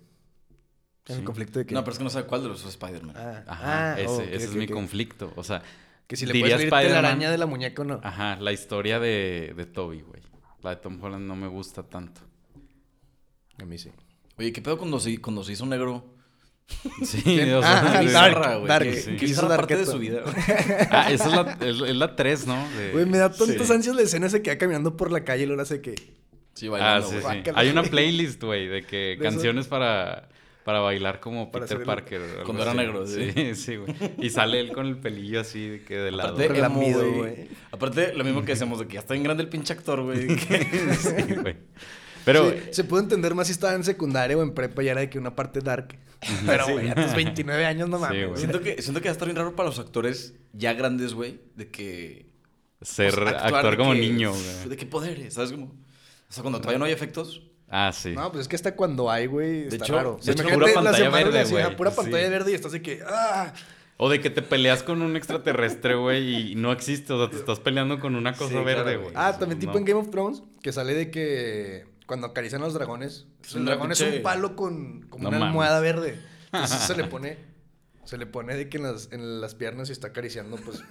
Speaker 3: Sí.
Speaker 2: el conflicto de que.
Speaker 1: No, pero es que no sabe cuál de los dos es Spider-Man.
Speaker 2: Ah,
Speaker 3: Ajá,
Speaker 2: ah,
Speaker 3: ese,
Speaker 2: ok,
Speaker 3: ese es
Speaker 2: ok,
Speaker 3: mi
Speaker 2: ok.
Speaker 3: conflicto. O sea,
Speaker 2: Que si le
Speaker 3: diría
Speaker 2: puedes salir la
Speaker 3: Spider-Man. Ah.
Speaker 2: araña de la muñeca o no.
Speaker 3: ajá, la historia de, de Toby, güey. La de Tom Holland no me gusta tanto.
Speaker 2: A mí sí.
Speaker 1: Oye, ¿qué pedo cuando se, cuando se hizo negro?
Speaker 3: Sí, o sea,
Speaker 2: Ah,
Speaker 1: Qué
Speaker 3: sí.
Speaker 2: Dark,
Speaker 1: bizarra, güey.
Speaker 2: Dark.
Speaker 1: Qué-
Speaker 3: Sí.
Speaker 1: qué
Speaker 2: Hizo
Speaker 1: bizarra parte de
Speaker 2: Darketo.
Speaker 1: su vida. güey.
Speaker 3: Ah, esa es la, es, es la 3, ¿no? De-
Speaker 2: Güey, me da tantas
Speaker 1: sí.
Speaker 2: ansias la escena esa que va caminando por la calle y luego hace que.
Speaker 1: Sí,
Speaker 3: Ah,
Speaker 1: bailando,
Speaker 3: sí,
Speaker 1: güey.
Speaker 3: sí.
Speaker 2: Guácala.
Speaker 3: Hay una playlist, güey, de que
Speaker 2: eso.
Speaker 3: canciones para, para bailar como
Speaker 2: Para
Speaker 3: Peter
Speaker 2: hacer el-
Speaker 3: Parker. o algo
Speaker 1: Cuando era
Speaker 3: así.
Speaker 1: negro, sí.
Speaker 3: Sí, sí, güey. Y sale él con el pelillo así de que de lado.
Speaker 1: Aparte, emo,
Speaker 2: Relamido,
Speaker 1: güey.
Speaker 2: güey.
Speaker 1: Aparte, lo mismo que decíamos de que ya está bien grande el pinche actor, güey. que-
Speaker 3: Sí, güey. Pero
Speaker 2: Sí, se puede entender más si estaba en secundaria o en prepa y era de que una parte dark. Pero, güey, a tus 29 años no mames.
Speaker 3: güey.
Speaker 1: siento, que, siento que va a estar bien raro para los actores ya grandes, güey, de que
Speaker 3: ser
Speaker 1: pues,
Speaker 3: actuar,
Speaker 1: de
Speaker 3: como
Speaker 1: que-
Speaker 3: niño,
Speaker 1: uf,
Speaker 3: güey.
Speaker 1: ¿De qué poderes? ¿Sabes cómo? O sea, cuando todavía no hay efectos.
Speaker 3: Ah, sí.
Speaker 2: No, pues es que hasta cuando hay, güey, está
Speaker 1: hecho-
Speaker 2: raro.
Speaker 1: de
Speaker 2: Se
Speaker 3: hecho,
Speaker 2: me
Speaker 3: pura pantalla verde, güey.
Speaker 2: pura
Speaker 3: Sí.
Speaker 2: pantalla verde y estás así que... ¡Ah!
Speaker 3: O de que te peleas con un extraterrestre, güey, y no existe. O sea, te estás peleando con una cosa
Speaker 1: Sí, claro,
Speaker 3: verde,
Speaker 1: güey.
Speaker 3: güey.
Speaker 2: Ah,
Speaker 3: O sea,
Speaker 2: también tipo
Speaker 3: Pues no.
Speaker 2: en Game of Thrones, que sale de que cuando acarician a los dragones,
Speaker 1: Es
Speaker 2: el
Speaker 1: una
Speaker 2: dragón es
Speaker 1: pinche-
Speaker 2: un palo con, con
Speaker 3: No
Speaker 2: una
Speaker 3: mames.
Speaker 2: almohada verde. Entonces se le pone... Se le pone de que en las, en las piernas y está acariciando, pues.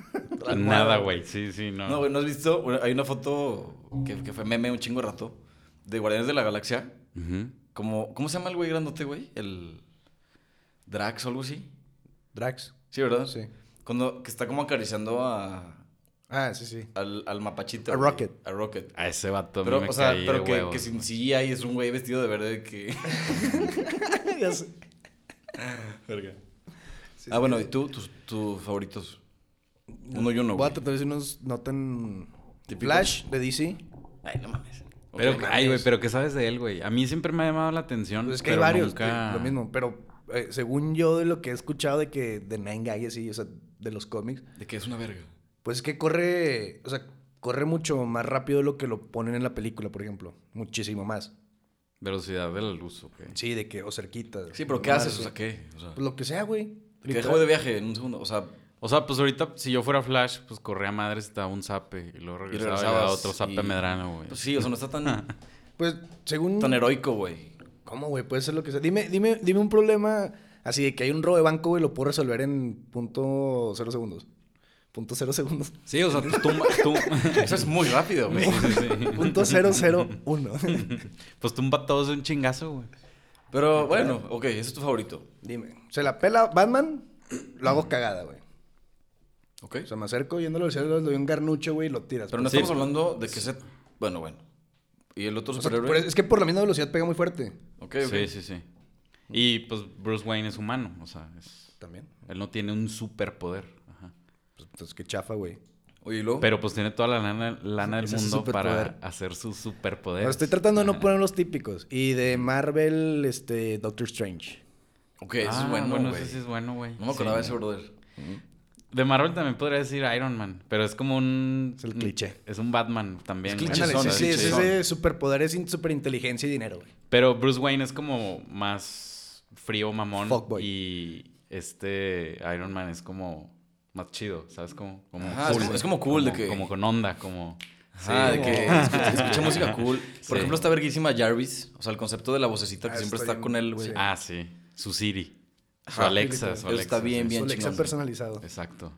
Speaker 2: la almohada,
Speaker 3: Nada, güey. Sí, sí, no.
Speaker 1: No, güey, ¿no has visto? Bueno, hay una foto que, que fue meme un chingo de rato de Guardianes de la Galaxia.
Speaker 3: Ujú.
Speaker 1: Como, ¿Cómo se llama el güey grandote, güey? El Drax o algo así.
Speaker 2: Drax.
Speaker 1: Sí, ¿verdad?
Speaker 2: Sí.
Speaker 1: Cuando, que está como acariciando a,
Speaker 2: Ah, sí, sí.
Speaker 1: al, al mapachito.
Speaker 2: A
Speaker 1: güey.
Speaker 2: Rocket.
Speaker 1: A Rocket.
Speaker 3: A ese vato
Speaker 1: Pero,
Speaker 3: me
Speaker 1: o sea,
Speaker 3: caí de
Speaker 1: pero que,
Speaker 3: huevos,
Speaker 1: que sin
Speaker 3: güey.
Speaker 1: CGI es un güey vestido de verde que...
Speaker 2: Ya sé. Sí,
Speaker 1: ah,
Speaker 2: sí.
Speaker 1: bueno, ¿y tú? ¿Tus, tus favoritos? Uno y uno,
Speaker 2: Voy
Speaker 1: güey.
Speaker 2: a tratar de decir unos no tan.
Speaker 1: Típicos.
Speaker 2: Flash de DC.
Speaker 1: Ay, no mames.
Speaker 3: Pero,
Speaker 1: Ok.
Speaker 3: ay, güey, pero ¿qué sabes de él, güey? A mí siempre me ha llamado la atención.
Speaker 2: Pues es que hay
Speaker 3: pero
Speaker 2: varios,
Speaker 3: nunca-
Speaker 2: güey, lo mismo. Pero eh, según yo, de lo que he escuchado de que de Nine Gag, así, o sea, de los cómics,
Speaker 1: De que es una verga.
Speaker 2: pues es que corre, o sea, corre mucho más rápido de lo que lo ponen en la película, por ejemplo. Muchísimo más.
Speaker 3: Velocidad de la luz, ok.
Speaker 2: Sí, de que, o cerquita.
Speaker 1: Sí, pero ¿qué
Speaker 2: Más,
Speaker 1: haces? O
Speaker 2: sí.
Speaker 1: sea, ¿qué? O sea,
Speaker 2: Pues lo que sea, güey.
Speaker 1: de que dejo de viaje en un segundo. O sea,
Speaker 3: O sea, pues ahorita, si yo fuera Flash, pues corría a madres, estaba un zape. Y luego regresaba y le daba
Speaker 1: regresabas
Speaker 3: otro zape
Speaker 1: y-
Speaker 3: medrano, güey.
Speaker 1: pues sí, o sea, no está tan,
Speaker 2: Pues según...
Speaker 1: tan heroico, güey.
Speaker 2: ¿Cómo, güey? Puede ser lo que sea. Dime, dime, dime un problema así de que hay un robo de banco, güey, lo puedo resolver en punto cero segundos. Punto cero segundos.
Speaker 3: Sí, o sea, pues, tú, tú-
Speaker 1: Eso es muy rápido, güey.
Speaker 3: Sí, sí, sí.
Speaker 2: Punto cero cero uno.
Speaker 3: pues tumba a todos de un chingazo, güey.
Speaker 1: Pero bueno, ok, ese es tu favorito.
Speaker 2: Dime, ¿se la pela Batman? Lo hago cagada, güey.
Speaker 1: Ok.
Speaker 2: O sea, me acerco yéndolo al cielo, le doy un garnucho, güey, y lo tiras.
Speaker 1: Pero no
Speaker 3: Sí.
Speaker 1: estamos hablando de que se... Bueno, bueno. ¿Y el otro
Speaker 2: Pues, O sea, por-
Speaker 1: superhéroe?
Speaker 2: es que por la misma velocidad pega muy fuerte.
Speaker 1: Ok, ok.
Speaker 3: Sí, sí, sí. Y pues Bruce Wayne es humano, o sea, es-
Speaker 2: También.
Speaker 3: él no tiene un superpoder. Ajá.
Speaker 2: Pues, entonces, qué chafa, güey.
Speaker 1: Oye, ¿y luego?
Speaker 3: Pero pues tiene toda la lana, lana del
Speaker 2: Oh. Ese es su
Speaker 3: mundo para
Speaker 2: superpoder.
Speaker 3: hacer su superpoder.
Speaker 2: Pero estoy tratando de no poner los típicos. Y de Marvel, este, Doctor Strange.
Speaker 1: Ok, eso es bueno,
Speaker 3: Ah, bueno,
Speaker 1: güey.
Speaker 3: ese sí es bueno, güey.
Speaker 1: No me acordaba de
Speaker 3: Sí.
Speaker 1: ese brother.
Speaker 3: De Marvel también podría decir Iron Man, pero es como un...
Speaker 2: Es el cliché.
Speaker 3: Es un Batman también.
Speaker 1: Es
Speaker 3: güey.
Speaker 1: cliché,
Speaker 2: Ándale,
Speaker 1: son,
Speaker 2: sí, sí,
Speaker 1: eh,
Speaker 2: sí,
Speaker 1: son.
Speaker 2: ese superpoder es superinteligencia y dinero, güey.
Speaker 3: Pero Bruce Wayne es como más frío, mamón.
Speaker 2: Fuckboy.
Speaker 3: Y este Iron Man es como más chido, ¿sabes? Como, como
Speaker 1: Ajá, es como- es como cool de que-
Speaker 3: Como con onda, como...
Speaker 1: Ah, de
Speaker 3: como-
Speaker 1: que escucha, escucha música cool. Por
Speaker 3: Sí.
Speaker 1: ejemplo, está verguísima Jarvis. O sea, el concepto de la vocecita
Speaker 2: Ah,
Speaker 1: que siempre
Speaker 2: está
Speaker 1: está
Speaker 2: bien,
Speaker 1: con él, güey.
Speaker 2: sí.
Speaker 1: Ah,
Speaker 3: Ah, sí. Su Siri. Su
Speaker 1: Ajá,
Speaker 3: Alexa.
Speaker 2: literal.
Speaker 3: Su
Speaker 1: Eso
Speaker 3: Alexa.
Speaker 1: está bien,
Speaker 3: sí.
Speaker 1: bien
Speaker 2: Su Alexa
Speaker 1: chingón.
Speaker 2: personalizado.
Speaker 3: Exacto.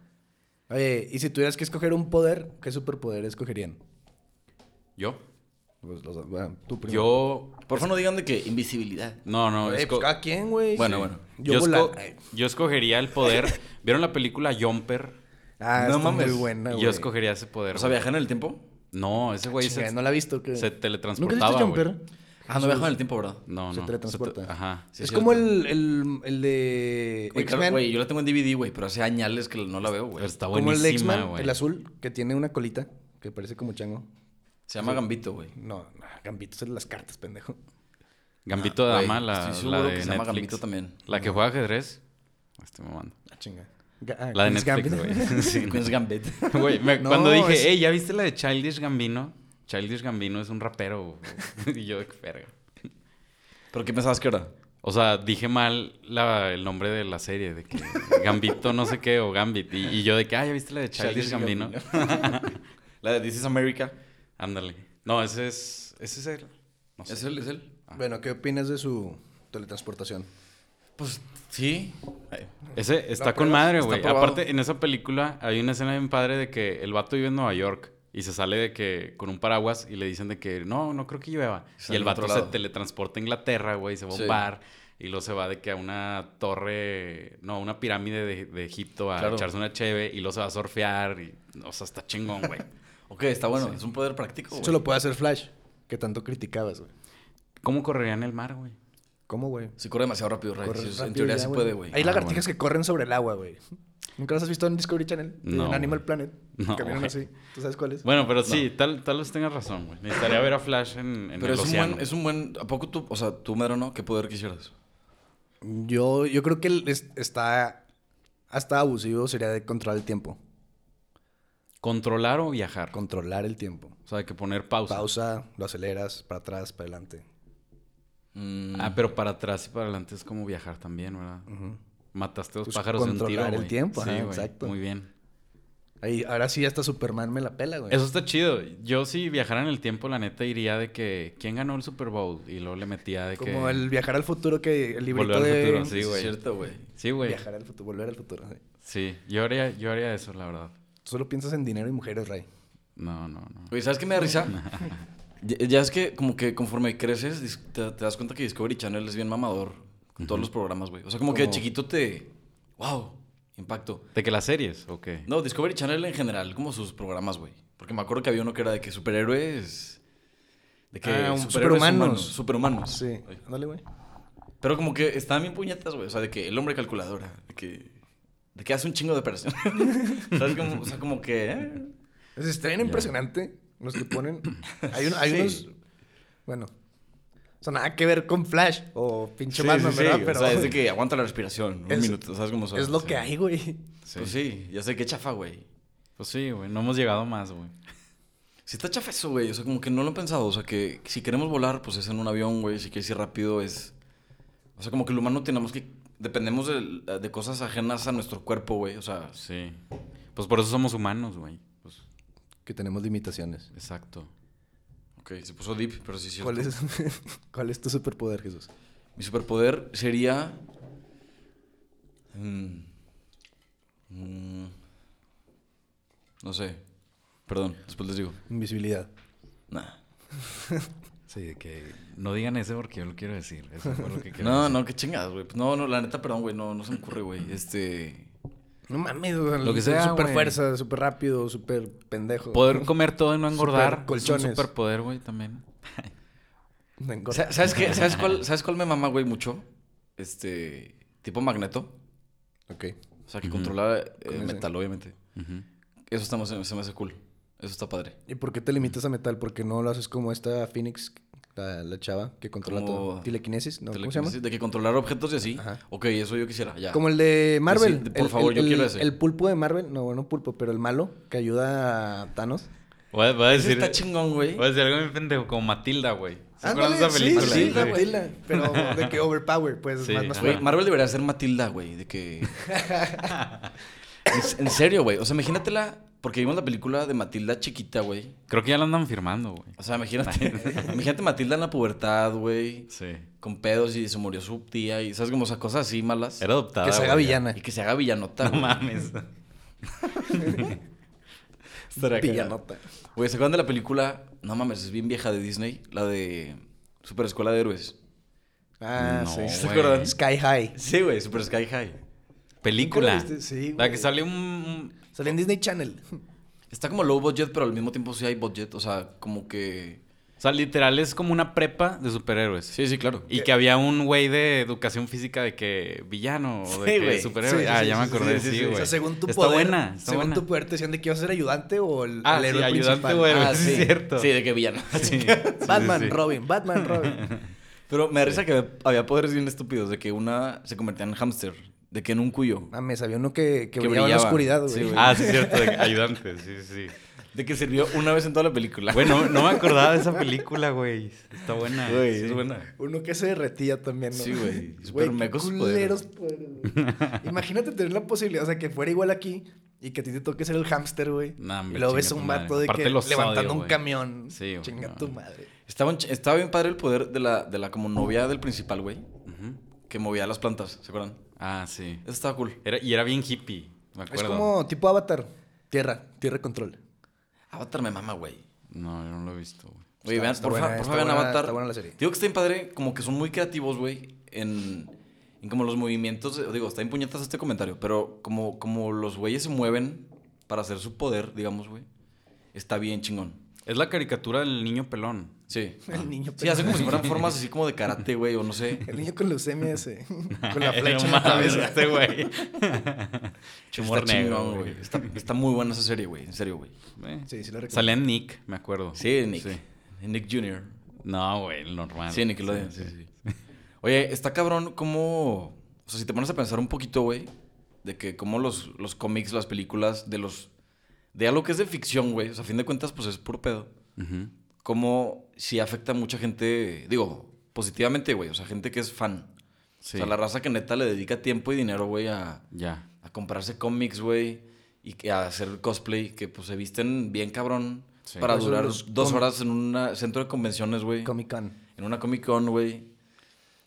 Speaker 2: Oye, y si tuvieras que escoger un poder, ¿qué superpoder escogerían?
Speaker 3: ¿Yo?
Speaker 2: Pues los, bueno, tú primero.
Speaker 3: Yo...
Speaker 1: Por favor, no digan de que invisibilidad.
Speaker 3: No, no.
Speaker 1: Eh,
Speaker 2: Oye,
Speaker 3: esco-
Speaker 2: pues, cada quien, güey.
Speaker 1: Bueno, bueno.
Speaker 2: Yo,
Speaker 3: Yo, esco-
Speaker 2: volar. Ay.
Speaker 3: yo escogería el poder. ¿Vieron la película Jumper?
Speaker 2: Ah,
Speaker 1: No
Speaker 2: no mames.
Speaker 1: mames.
Speaker 2: Muy buena, güey.
Speaker 3: Yo escogería ese poder.
Speaker 1: O sea,
Speaker 3: güey.
Speaker 1: viajar en el tiempo.
Speaker 3: No, ese güey
Speaker 2: Chinga,
Speaker 3: se,
Speaker 2: no la he visto.
Speaker 3: se
Speaker 2: que- ¿Nunca has visto
Speaker 3: teletransportaba. güey.
Speaker 2: Jumper?
Speaker 1: Ah, no viajan en el tiempo, ¿verdad?
Speaker 3: No,
Speaker 2: Se
Speaker 3: no.
Speaker 2: teletransporta.
Speaker 3: te- Ajá.
Speaker 1: Sí,
Speaker 2: es
Speaker 1: sí,
Speaker 2: como
Speaker 1: lo tengo.
Speaker 2: el, el, el de
Speaker 1: Güey, claro,
Speaker 2: X-Men.
Speaker 1: Güey, yo la tengo en DVD, güey, pero hace añales que no la veo,
Speaker 3: Pero
Speaker 1: güey.
Speaker 3: está
Speaker 2: Como el de
Speaker 3: buenísima,
Speaker 2: X-Men,
Speaker 3: güey.
Speaker 2: el azul, que tiene una colita que parece como chango.
Speaker 1: Se llama Gambito, güey.
Speaker 2: No, no Gambito son las cartas, pendejo.
Speaker 3: Gambito de
Speaker 1: Ah, Güey,
Speaker 3: Dama, la,
Speaker 1: Estoy
Speaker 3: la
Speaker 1: seguro
Speaker 3: de
Speaker 1: que se llama
Speaker 3: Netflix.
Speaker 1: Gambito también.
Speaker 3: La que juega ajedrez. Este, Estoy mamando.
Speaker 2: Ah, chinga. Ga- ah,
Speaker 3: La de
Speaker 2: ¿es
Speaker 3: Netflix,
Speaker 2: Gambito?
Speaker 3: güey. Sí, no.
Speaker 1: Queen's Gambit.
Speaker 3: Güey, me-
Speaker 2: No,
Speaker 3: cuando dije,
Speaker 2: es-
Speaker 3: hey, ¿ya viste la de Childish Gambino? Childish Gambino es un rapero. güey. y yo, qué verga.
Speaker 1: ¿Pero qué pensabas que era?
Speaker 3: O sea, dije mal la- el nombre de la serie, de que Gambito no sé qué o Gambit. Y, y yo de que, ah, ¿ya viste la de Childish, Gambino?
Speaker 1: la de This is America.
Speaker 3: Ándale. No, ese es... Ese es él. No sé.
Speaker 1: ¿Es él? ¿Es él?
Speaker 2: Bueno, ¿qué opinas de su teletransportación?
Speaker 1: Pues sí.
Speaker 3: Ese está
Speaker 2: La
Speaker 3: con
Speaker 2: pruebas,
Speaker 3: madre,
Speaker 1: está
Speaker 3: güey.
Speaker 1: probado.
Speaker 3: Aparte, en esa película hay una escena bien padre de que el vato vive en Nueva York y se sale de que con un paraguas y le dicen de que no, no creo que llueva.
Speaker 1: Se
Speaker 3: Y el
Speaker 1: sale a otro
Speaker 3: vato se
Speaker 1: lado.
Speaker 3: teletransporta a Inglaterra, güey, se va a un
Speaker 1: Sí.
Speaker 3: bar y luego se va de que a una torre, no, a una pirámide de, de Egipto a
Speaker 1: Claro.
Speaker 3: echarse una cheve y luego se va a surfear y, o sea, está chingón, güey.
Speaker 1: Ok, está bueno. Es un poder práctico,
Speaker 2: Eso
Speaker 1: güey.
Speaker 2: lo puede hacer Flash, que tanto criticabas, güey.
Speaker 3: ¿Cómo correría en el mar, güey?
Speaker 2: ¿Cómo, güey?
Speaker 1: Si corre demasiado rápido, Ray.
Speaker 2: Corre
Speaker 1: Sí, en
Speaker 2: rápido
Speaker 1: teoría
Speaker 2: ya,
Speaker 1: sí puede, güey.
Speaker 2: Hay
Speaker 3: Ah,
Speaker 2: lagartijas que corren sobre el agua, güey. ¿Nunca las has visto en Discovery Channel?
Speaker 3: No,
Speaker 2: en Animal
Speaker 3: güey.
Speaker 2: Planet.
Speaker 3: No,
Speaker 2: Caminan
Speaker 3: güey.
Speaker 2: así. ¿Tú sabes cuáles?
Speaker 3: Bueno, pero sí, tal, tal vez tengas razón, güey. Necesitaría ver a Flash en, en
Speaker 1: Pero es
Speaker 3: el
Speaker 1: un,
Speaker 3: océano.
Speaker 1: buen, es un buen... ¿A poco tú... O sea, tú, Mero, ¿no? ¿Qué poder quisieras?
Speaker 2: Yo, yo creo que el- es- está hasta abusivo sería de controlar el tiempo.
Speaker 3: ¿Controlar o viajar?
Speaker 2: Controlar el tiempo.
Speaker 3: O sea, hay que poner pausa.
Speaker 2: Pausa, lo aceleras, para atrás, para adelante.
Speaker 1: Mm,
Speaker 3: Ah, pero para atrás y para adelante es como viajar también, ¿verdad? Mataste a los
Speaker 2: Pues,
Speaker 3: pájaros de un tiro.
Speaker 2: controlar el
Speaker 3: güey.
Speaker 2: tiempo,
Speaker 3: sí,
Speaker 2: ajá,
Speaker 3: güey.
Speaker 2: exacto.
Speaker 3: Muy bien.
Speaker 2: Ahí, ahora sí hasta Superman me la pela, güey.
Speaker 3: Eso está chido. Yo si viajara en el tiempo, la neta iría de que quién ganó el Super Bowl y luego le metía de que
Speaker 2: Como el viajar al futuro que el librito
Speaker 3: Volver al futuro,
Speaker 2: de...
Speaker 3: sí,
Speaker 1: Sí,
Speaker 3: güey.
Speaker 1: es cierto, güey.
Speaker 3: Sí, güey.
Speaker 2: Viajar al futuro, volver al futuro. sí.
Speaker 3: Sí, yo haría yo haría eso, la verdad.
Speaker 2: Tú solo piensas en dinero y mujeres, Ray.
Speaker 3: No, no, no.
Speaker 1: Güey, ¿sabes qué me da risa? ya, ya es que como que conforme creces dis- te, te das cuenta que Discovery Channel es bien mamador con todos los programas, güey. O sea, como que de
Speaker 2: Como-
Speaker 1: chiquito te... ¡Wow! Impacto.
Speaker 3: ¿De que las series o qué?
Speaker 1: No, Discovery Channel en general, como sus programas, güey. Porque me acuerdo que había uno que era de que superhéroes... De que
Speaker 2: Ah, un-
Speaker 1: superhéroes
Speaker 2: superhumanos.
Speaker 1: humanos, superhumanos.
Speaker 2: Sí. Ándale, güey.
Speaker 1: Pero como que estaban bien puñetas, güey. O sea, de que el hombre calculadora, de que... De que hace un chingo de operaciones. ¿Sabes? Como, o sea, como que... ¿eh?
Speaker 2: Es está bien impresionante los que ponen. Hay, un- hay
Speaker 1: Sí.
Speaker 2: unos... Bueno. O sea, nada que ver con Flash o pinche
Speaker 1: Sí,
Speaker 2: Batman,
Speaker 1: sí, sí.
Speaker 2: ¿verdad?
Speaker 1: O sea, es de que aguanta la respiración. Un
Speaker 2: Es-
Speaker 1: minuto, ¿sabes cómo son?
Speaker 2: es lo
Speaker 1: Sí.
Speaker 2: que hay, güey.
Speaker 3: Sí.
Speaker 1: Pues
Speaker 3: Pues sí,
Speaker 1: sí, ya sé qué chafa, güey.
Speaker 3: güey. No hemos llegado más, güey.
Speaker 1: Si está chafa eso, güey. O sea, como que no lo he pensado. O sea, que si queremos volar, pues es en un avión, güey. Si quieres ir rápido, es. O sea, como que el humano tenemos que. Dependemos de, de cosas ajenas a nuestro cuerpo, güey. O sea,
Speaker 3: Sí. Pues por eso somos humanos, güey. Pues,
Speaker 2: Que tenemos limitaciones.
Speaker 3: exacto.
Speaker 1: ok, se puso deep, pero sí es cierto.
Speaker 2: ¿Cuál es, ¿Cuál es tu superpoder, Jesús?
Speaker 1: Mi superpoder sería. mm, mm, no sé. Perdón, después les digo.
Speaker 2: Invisibilidad.
Speaker 1: Nah.
Speaker 3: Sí, de que no digan ese porque yo lo quiero decir. Eso fue lo que quiero
Speaker 1: No,
Speaker 3: decir.
Speaker 1: no, qué chingadas, güey. Pues no, no, la neta, perdón, güey. No, no se me ocurre, güey. Este.
Speaker 2: No mames, güey.
Speaker 3: Lo que sea,
Speaker 2: Super
Speaker 3: güey.
Speaker 2: fuerza, súper rápido, súper pendejo.
Speaker 3: Poder comer todo y no engordar.
Speaker 2: Super
Speaker 3: es un
Speaker 2: colchones.
Speaker 3: superpoder, güey, también.
Speaker 2: Me engorda.
Speaker 1: Sa- ¿Sabes qué? ¿Sabes cuál, ¿Sabes cuál me mama, güey, mucho? Este. Tipo magneto.
Speaker 2: Ok.
Speaker 1: O sea, que
Speaker 3: Ujú.
Speaker 1: controla eh,
Speaker 2: Con ese.
Speaker 1: metal, obviamente.
Speaker 3: Ujú.
Speaker 1: Eso está, más- se me hace cool. Eso está padre.
Speaker 2: ¿Y por qué te limitas a metal? Porque no lo haces como esta Phoenix, la, la chava que controla
Speaker 1: Como-
Speaker 2: todo. Telequinesis, ¿no? ¿Cómo se llama?
Speaker 1: Telequinesis, De que controlar objetos y así.
Speaker 2: Ajá.
Speaker 1: Ok, eso yo quisiera. Ya.
Speaker 2: Como el de Marvel.
Speaker 1: Sí, por
Speaker 2: el-
Speaker 1: favor,
Speaker 2: el-
Speaker 1: yo
Speaker 2: el-
Speaker 1: quiero ese.
Speaker 2: El pulpo de Marvel, no, no pulpo, pero el malo que ayuda a Thanos.
Speaker 3: Voy a, voy a
Speaker 1: Ese
Speaker 3: decir,
Speaker 1: está chingón, güey.
Speaker 3: voy a decir algo bien pendejo, como Matilda, güey. ¿Se acuerdan de
Speaker 2: Ándale,
Speaker 3: esa
Speaker 2: sí,
Speaker 3: película?
Speaker 2: Sí,
Speaker 1: Sí,
Speaker 2: la
Speaker 1: güey.
Speaker 2: Matilda, Pero de que overpower, pues
Speaker 3: Sí,
Speaker 2: más, más
Speaker 3: ajá.
Speaker 1: Güey,
Speaker 2: fuerte.
Speaker 1: Marvel debería ser Matilda, güey. De que. en, en serio, güey. O sea, imagínatela. Porque vimos la película de Matilda chiquita, güey.
Speaker 3: Creo que ya la andan firmando, güey.
Speaker 1: O sea, imagínate. imagínate Matilda en la pubertad, güey.
Speaker 3: Sí.
Speaker 1: con pedos y se murió su tía y sabes como esas cosas así malas.
Speaker 3: Era adoptada.
Speaker 2: Que se haga
Speaker 3: güey, ya.
Speaker 2: villana.
Speaker 1: Y que se haga villanota.
Speaker 3: No
Speaker 1: güey.
Speaker 3: mames. Estaría cagado.
Speaker 2: Villanota.
Speaker 1: Güey, ¿se acuerdan de la película? No mames, es bien vieja de Disney, la de Super Escuela de Héroes.
Speaker 2: Ah,
Speaker 3: No,
Speaker 2: sí.
Speaker 3: ¿te
Speaker 2: güey.
Speaker 3: acuerdas?
Speaker 2: Sky High.
Speaker 1: Sí, güey, Super Sky High.
Speaker 2: ¿Nunca
Speaker 3: Película.
Speaker 2: la viste? este, Sí,
Speaker 3: La
Speaker 2: güey.
Speaker 3: que sale un- un...
Speaker 2: Sale en Disney Channel.
Speaker 1: Está como low budget, pero al mismo tiempo sí hay budget, o sea, como que
Speaker 3: O sea, literal es como una prepa de superhéroes.
Speaker 1: Sí, sí, claro.
Speaker 3: Y que había un güey de educación física de que villano o de
Speaker 1: Sí,
Speaker 3: que
Speaker 1: güey.
Speaker 3: superhéroe.
Speaker 2: Sí, sí,
Speaker 3: ah,
Speaker 2: sí,
Speaker 3: ya
Speaker 2: sí,
Speaker 3: me
Speaker 2: sí,
Speaker 3: acordé,
Speaker 1: sí,
Speaker 3: sí,
Speaker 1: sí,
Speaker 3: güey.
Speaker 1: sí.
Speaker 2: O sea, según tu
Speaker 3: Está
Speaker 2: poder.
Speaker 3: buena, está
Speaker 2: según
Speaker 3: buena.
Speaker 2: tu poder, te decían de que ibas a ser ayudante o el,
Speaker 3: Ah,
Speaker 2: el
Speaker 3: sí,
Speaker 2: héroe
Speaker 3: ayudante
Speaker 2: principal.
Speaker 3: o héroe.
Speaker 2: Ah,
Speaker 1: sí,
Speaker 3: es cierto.
Speaker 1: Sí, de que villano.
Speaker 3: Sí.
Speaker 2: Batman,
Speaker 3: Sí, sí, sí.
Speaker 2: Robin, Batman, Robin.
Speaker 1: Pero me da risa que había- había poderes bien estúpidos, de que una se convertía en hámster, de que en un cuyo,
Speaker 2: Mames, había uno que, que,
Speaker 1: Que
Speaker 2: brillaba en la
Speaker 1: brillaba.
Speaker 2: oscuridad,
Speaker 1: Sí,
Speaker 2: güey.
Speaker 1: güey.
Speaker 3: Ah, sí, es cierto, de ayudante, sí, sí.
Speaker 1: de que sirvió una vez en toda la película.
Speaker 3: Güey, no, no me acordaba de esa película, güey. Está buena.
Speaker 1: Güey,
Speaker 3: sí.
Speaker 1: es buena.
Speaker 2: Uno que se derretía también, ¿no?
Speaker 1: Sí, güey.
Speaker 2: Güey,
Speaker 1: Super
Speaker 2: qué
Speaker 1: mecos
Speaker 2: culeros poderes, güey. Imagínate tener la posibilidad, o sea, que fuera igual aquí y que a ti te toque ser el hámster, güey.
Speaker 3: Nah, hombre,
Speaker 2: y luego ves a
Speaker 3: chinga tu
Speaker 2: un
Speaker 3: madre.
Speaker 2: vato de
Speaker 3: Aparte
Speaker 2: que
Speaker 3: los odio,
Speaker 2: levantando un
Speaker 3: güey.
Speaker 2: camión.
Speaker 3: Sí, güey,
Speaker 2: Chinga
Speaker 3: no.
Speaker 2: tu madre.
Speaker 1: Estaba, un ch- estaba bien padre el poder de la, de la como novia del principal, güey.
Speaker 3: Ujú.
Speaker 1: Que movía las plantas, ¿se acuerdan?
Speaker 3: Ah, sí.
Speaker 1: Eso estaba cool.
Speaker 3: Era, y era bien hippie, me
Speaker 2: Es
Speaker 3: acuerdo.
Speaker 2: como tipo avatar. Tierra, tierra control.
Speaker 1: Avatar me mama, güey.
Speaker 3: No, yo no lo he visto, güey.
Speaker 1: Oye,
Speaker 2: Está-
Speaker 1: vean,
Speaker 2: está
Speaker 1: por
Speaker 2: buena, está
Speaker 1: favor, vean
Speaker 2: buena-
Speaker 1: Avatar.
Speaker 2: está buena la serie.
Speaker 1: Digo que está bien padre, como que son muy creativos, güey, en, en como los movimientos. de- digo, está en puñetas este comentario, pero como, como los güeyes se mueven para hacer su poder, digamos, güey, está bien chingón.
Speaker 3: Es la caricatura del niño pelón.
Speaker 1: Sí.
Speaker 2: El niño
Speaker 1: Sí, hace como si fueran formas así como de karate, güey, o no sé.
Speaker 2: El niño con leucemia ese. con la
Speaker 3: Eh,
Speaker 2: flecha en
Speaker 3: no
Speaker 2: la
Speaker 3: mames,
Speaker 2: cabeza.
Speaker 3: este güey. Chumor
Speaker 1: Está
Speaker 3: negro,
Speaker 1: chingón,
Speaker 3: güey.
Speaker 1: güey. Está, está muy buena esa serie, güey, en serio, güey.
Speaker 3: Eh,
Speaker 2: Sí, sí lo recuerdo.
Speaker 3: Salía en Nick, me acuerdo.
Speaker 1: Sí, Nick. Nick Jr.
Speaker 3: Ah, No, güey, el normal.
Speaker 1: Sí, Nickelodeon, sí, sí. Oye, está cabrón cómo. O sea, si te pones a pensar un poquito, güey, de que cómo los, los cómics, las películas, de los. De algo que es de ficción, güey. O sea, a fin de cuentas, pues es puro pedo.
Speaker 3: Ujú.
Speaker 1: Cómo sí afecta a mucha gente, digo, positivamente, güey. O sea, gente que es fan.
Speaker 3: Sí.
Speaker 1: O sea, la raza que neta le dedica tiempo y dinero, güey, a,
Speaker 3: Ya.
Speaker 1: a comprarse cómics, güey. y que hacer cosplay que pues se visten bien cabrón
Speaker 3: Sí.
Speaker 1: para
Speaker 2: Pues,
Speaker 1: durar
Speaker 2: los
Speaker 1: dos
Speaker 2: com-
Speaker 1: horas en un centro de convenciones, güey.
Speaker 2: Comic Con.
Speaker 1: En una Comic Con, güey.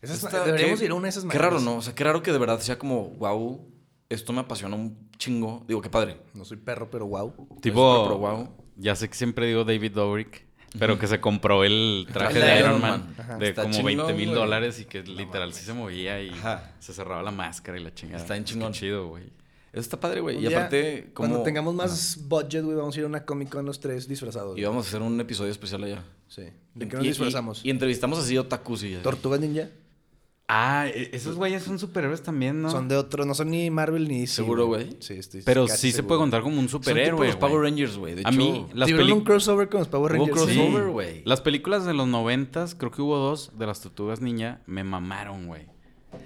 Speaker 2: Esas-
Speaker 1: Está-
Speaker 2: deberíamos
Speaker 1: qué-
Speaker 2: ir a una de esas
Speaker 1: Qué raro,
Speaker 2: madres.
Speaker 1: ¿no? O sea, qué raro que de verdad sea como, wow, esto me apasiona un chingo. Digo, qué padre.
Speaker 2: No soy perro, pero wow.
Speaker 1: Pero,
Speaker 3: Tipo,
Speaker 1: pero, wow.
Speaker 3: ya sé que siempre digo David Dobrik, pero que se compró el traje
Speaker 1: traje
Speaker 3: de Iron Man,
Speaker 1: Ajá.
Speaker 3: de
Speaker 1: Está
Speaker 3: como
Speaker 1: chingón,
Speaker 3: 20 mil
Speaker 1: güey.
Speaker 3: dólares y que literal sí se movía y
Speaker 1: Ajá.
Speaker 3: se cerraba la máscara y la chingada.
Speaker 1: Está bien
Speaker 3: Qué
Speaker 1: chingón.
Speaker 3: chido, güey.
Speaker 1: Eso está padre, güey.
Speaker 2: Un
Speaker 1: Y
Speaker 2: día,
Speaker 1: aparte, como...
Speaker 2: Cuando tengamos más budget, güey, vamos a ir a una Comic Con los tres disfrazados.
Speaker 1: Y vamos a hacer un episodio especial allá.
Speaker 2: Sí. ¿De qué nos
Speaker 1: Y- y-
Speaker 2: disfrazamos?
Speaker 1: Y, entrevistamos así otakus y...
Speaker 2: ¿Tortugas ninja?
Speaker 3: Ah, e- esos güeyes son superhéroes también, ¿no?
Speaker 2: Son de otro, no son ni Marvel ni DC,
Speaker 1: ¿Seguro, güey?
Speaker 2: Sí, estoy
Speaker 3: Pero
Speaker 2: casi
Speaker 3: sí se
Speaker 2: seguro.
Speaker 3: puede contar como un
Speaker 1: Son tipo
Speaker 3: superhéroe,
Speaker 1: los Power
Speaker 3: güey.
Speaker 1: Rangers, güey. De
Speaker 3: A
Speaker 1: hecho,
Speaker 3: mí, las
Speaker 2: Tuvieron un
Speaker 3: películas...
Speaker 2: crossover con los Power
Speaker 1: Hubo
Speaker 2: Rangers. ¿eh?
Speaker 1: crossover,
Speaker 2: sí.
Speaker 1: crossover, güey.
Speaker 3: Las películas de los noventas, creo que hubo dos de las Tortugas Ninja, me mamaron, güey.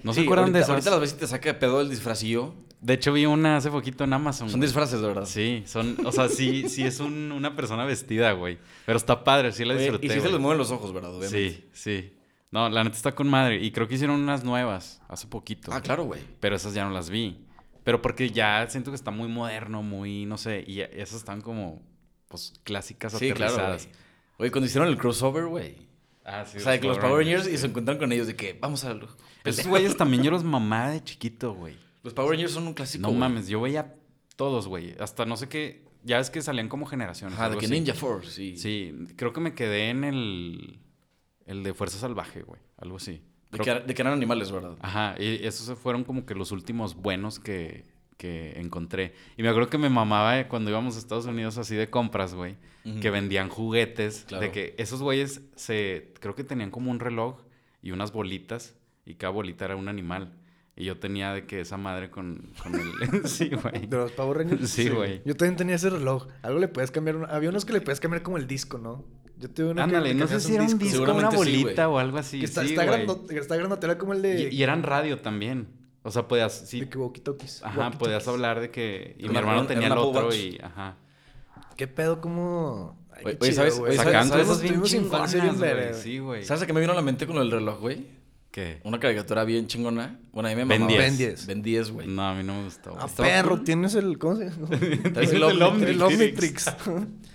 Speaker 3: ¿No se
Speaker 1: Sí,
Speaker 3: acuerdan
Speaker 1: ahorita-
Speaker 3: de esas?
Speaker 1: Ahorita las ves y te saca de pedo el disfracillo.
Speaker 3: De hecho, vi una hace poquito en Amazon.
Speaker 1: Son
Speaker 3: güey.
Speaker 1: disfraces, de verdad.
Speaker 3: Sí, son, o sea, sí, sí es un- una persona vestida, güey. Pero está padre, sí la
Speaker 1: Güey,
Speaker 3: disfruté.
Speaker 1: y sí se
Speaker 3: güey.
Speaker 1: les mueven los ojos, ¿verdad? Obviamente.
Speaker 3: sí, sí. No, la neta está con madre. Y creo que hicieron unas nuevas hace poquito.
Speaker 1: Ah, claro, güey.
Speaker 3: Pero esas ya no las vi. Pero porque ya siento que está muy moderno, muy, no sé. Y esas están como, pues, clásicas
Speaker 1: Sí, claro,
Speaker 3: aterrizadas.
Speaker 1: güey. Güey, cuando hicieron el crossover, güey.
Speaker 3: Ah, sí.
Speaker 1: o
Speaker 3: Pues
Speaker 1: sea, de que los Power Rangers y se encuentran con ellos de que vamos a...
Speaker 3: Esos güeyes también yo los mamaba de chiquito, güey.
Speaker 1: Los Power Rangers son un clásico,
Speaker 3: No
Speaker 1: güey.
Speaker 3: mames, yo veía todos, güey. Hasta no sé qué. Ya es que salían como generaciones.
Speaker 1: Ajá, de
Speaker 3: algo
Speaker 1: que
Speaker 3: así.
Speaker 1: Ninja Force y...
Speaker 3: Sí, creo que me quedé en el. El de Fuerza Salvaje, güey. Algo así.
Speaker 1: De
Speaker 3: Creo- Ah,
Speaker 1: que, de que eran animales, ¿verdad?
Speaker 3: Ajá, y esos fueron como que los últimos buenos que, que encontré. Y me acuerdo que me mamaba eh, cuando íbamos a Estados Unidos así de compras, güey.
Speaker 1: Ujú.
Speaker 3: Que vendían juguetes.
Speaker 1: Claro.
Speaker 3: De que esos güeyes se. Creo que tenían como un reloj y unas bolitas. Y cada bolita era un animal. Y yo tenía de que esa madre con, con el. sí, güey.
Speaker 2: ¿De los Power Rangers?
Speaker 3: Sí, güey.
Speaker 2: Yo también tenía ese reloj. Algo le podías cambiar. un- Había unos que le podías cambiar como el disco, ¿no? Yo tuve uno
Speaker 3: Ándale,
Speaker 2: que le
Speaker 3: no sé
Speaker 2: cambiabas
Speaker 3: si era un disco, una
Speaker 1: Seguramente sí, güey.
Speaker 3: bolita o algo así.
Speaker 2: que está,
Speaker 3: sí,
Speaker 2: está,
Speaker 3: güey.
Speaker 2: grandot- está grandotera como el de...
Speaker 3: Y, y eran radio también. O sea, podías. Sí,
Speaker 2: de que walkie-talkies.
Speaker 3: ajá, podías
Speaker 2: Walkie-talkies.
Speaker 3: hablar de que. Y
Speaker 1: Era
Speaker 3: mi
Speaker 1: una-
Speaker 3: hermano
Speaker 1: era
Speaker 3: tenía el
Speaker 1: una Apple
Speaker 3: otro
Speaker 1: Watch.
Speaker 3: y. Ajá.
Speaker 2: ¿Qué pedo? ¿Cómo...? Ay, qué
Speaker 1: Oye,
Speaker 2: chido,
Speaker 1: ¿sabes-
Speaker 2: güey.
Speaker 1: oye,
Speaker 2: Esa-
Speaker 1: ¿sabes-
Speaker 2: nosotros
Speaker 1: sabes-
Speaker 3: bien
Speaker 2: tuvimos infancia bien
Speaker 3: chingonas,
Speaker 2: verga,
Speaker 3: güey.
Speaker 2: güey.
Speaker 3: Sí, güey.
Speaker 1: ¿Sabes a qué me vino a la mente con el reloj, güey?
Speaker 3: qué?
Speaker 1: Una caricatura bien chingona. Bueno, a mí me
Speaker 3: Ben Mm.
Speaker 1: mamaba.
Speaker 3: 10.
Speaker 2: Ben 10.
Speaker 1: Ben 10, güey.
Speaker 3: No, a mí no me gustó. güey.
Speaker 2: Ah,
Speaker 1: Estaba
Speaker 2: perro,
Speaker 1: cool.
Speaker 2: tienes el... ¿Cómo se llama?
Speaker 1: Traes
Speaker 3: el
Speaker 1: el Omnitrix.
Speaker 2: El Omnitrix.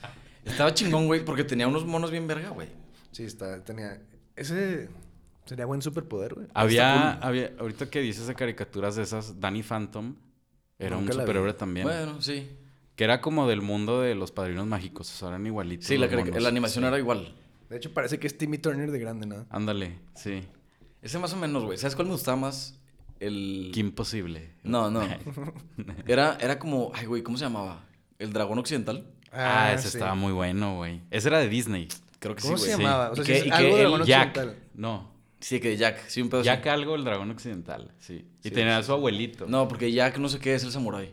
Speaker 1: Estaba chingón, güey, porque tenía unos monos bien verga, güey.
Speaker 2: sí, está, tenía... Ese sería buen superpoder, güey.
Speaker 3: Ah. había, había. Ahorita que dices de caricaturas de esas, Danny Phantom era
Speaker 2: Nunca
Speaker 3: un
Speaker 2: la vi.
Speaker 3: superhéroe también.
Speaker 1: Bueno, sí.
Speaker 3: Que era como del mundo de los padrinos mágicos. O sea, eran igualitos.
Speaker 1: Sí, la,
Speaker 3: los
Speaker 1: carica-
Speaker 3: monos.
Speaker 1: la animación era igual.
Speaker 2: De hecho, parece que es Timmy Turner de grande, ¿no?
Speaker 3: Ándale, sí.
Speaker 1: Ese más o menos, güey. ¿Sabes cuál me gustaba más? El...
Speaker 3: Qué imposible.
Speaker 1: No, no. Era, era como... Ay, güey, ¿cómo se llamaba? ¿El dragón occidental?
Speaker 3: Ah, ese
Speaker 2: sí.
Speaker 3: estaba muy bueno, güey. Ese era de Disney.
Speaker 1: Creo que
Speaker 2: ¿Cómo
Speaker 1: sí,
Speaker 2: se
Speaker 1: güey.
Speaker 3: llama?
Speaker 2: llamaba?
Speaker 1: Sí.
Speaker 2: O sea,
Speaker 1: Y que-
Speaker 2: si es
Speaker 1: y que
Speaker 2: algo de
Speaker 1: el
Speaker 2: Dragón
Speaker 3: Jack.
Speaker 2: Occidental.
Speaker 3: No.
Speaker 1: Sí, que Jack. Sí, un pedo así.
Speaker 3: Jack algo, el dragón occidental, sí. Y tenía a su abuelito.
Speaker 1: No, porque Jack no sé qué es el samurái.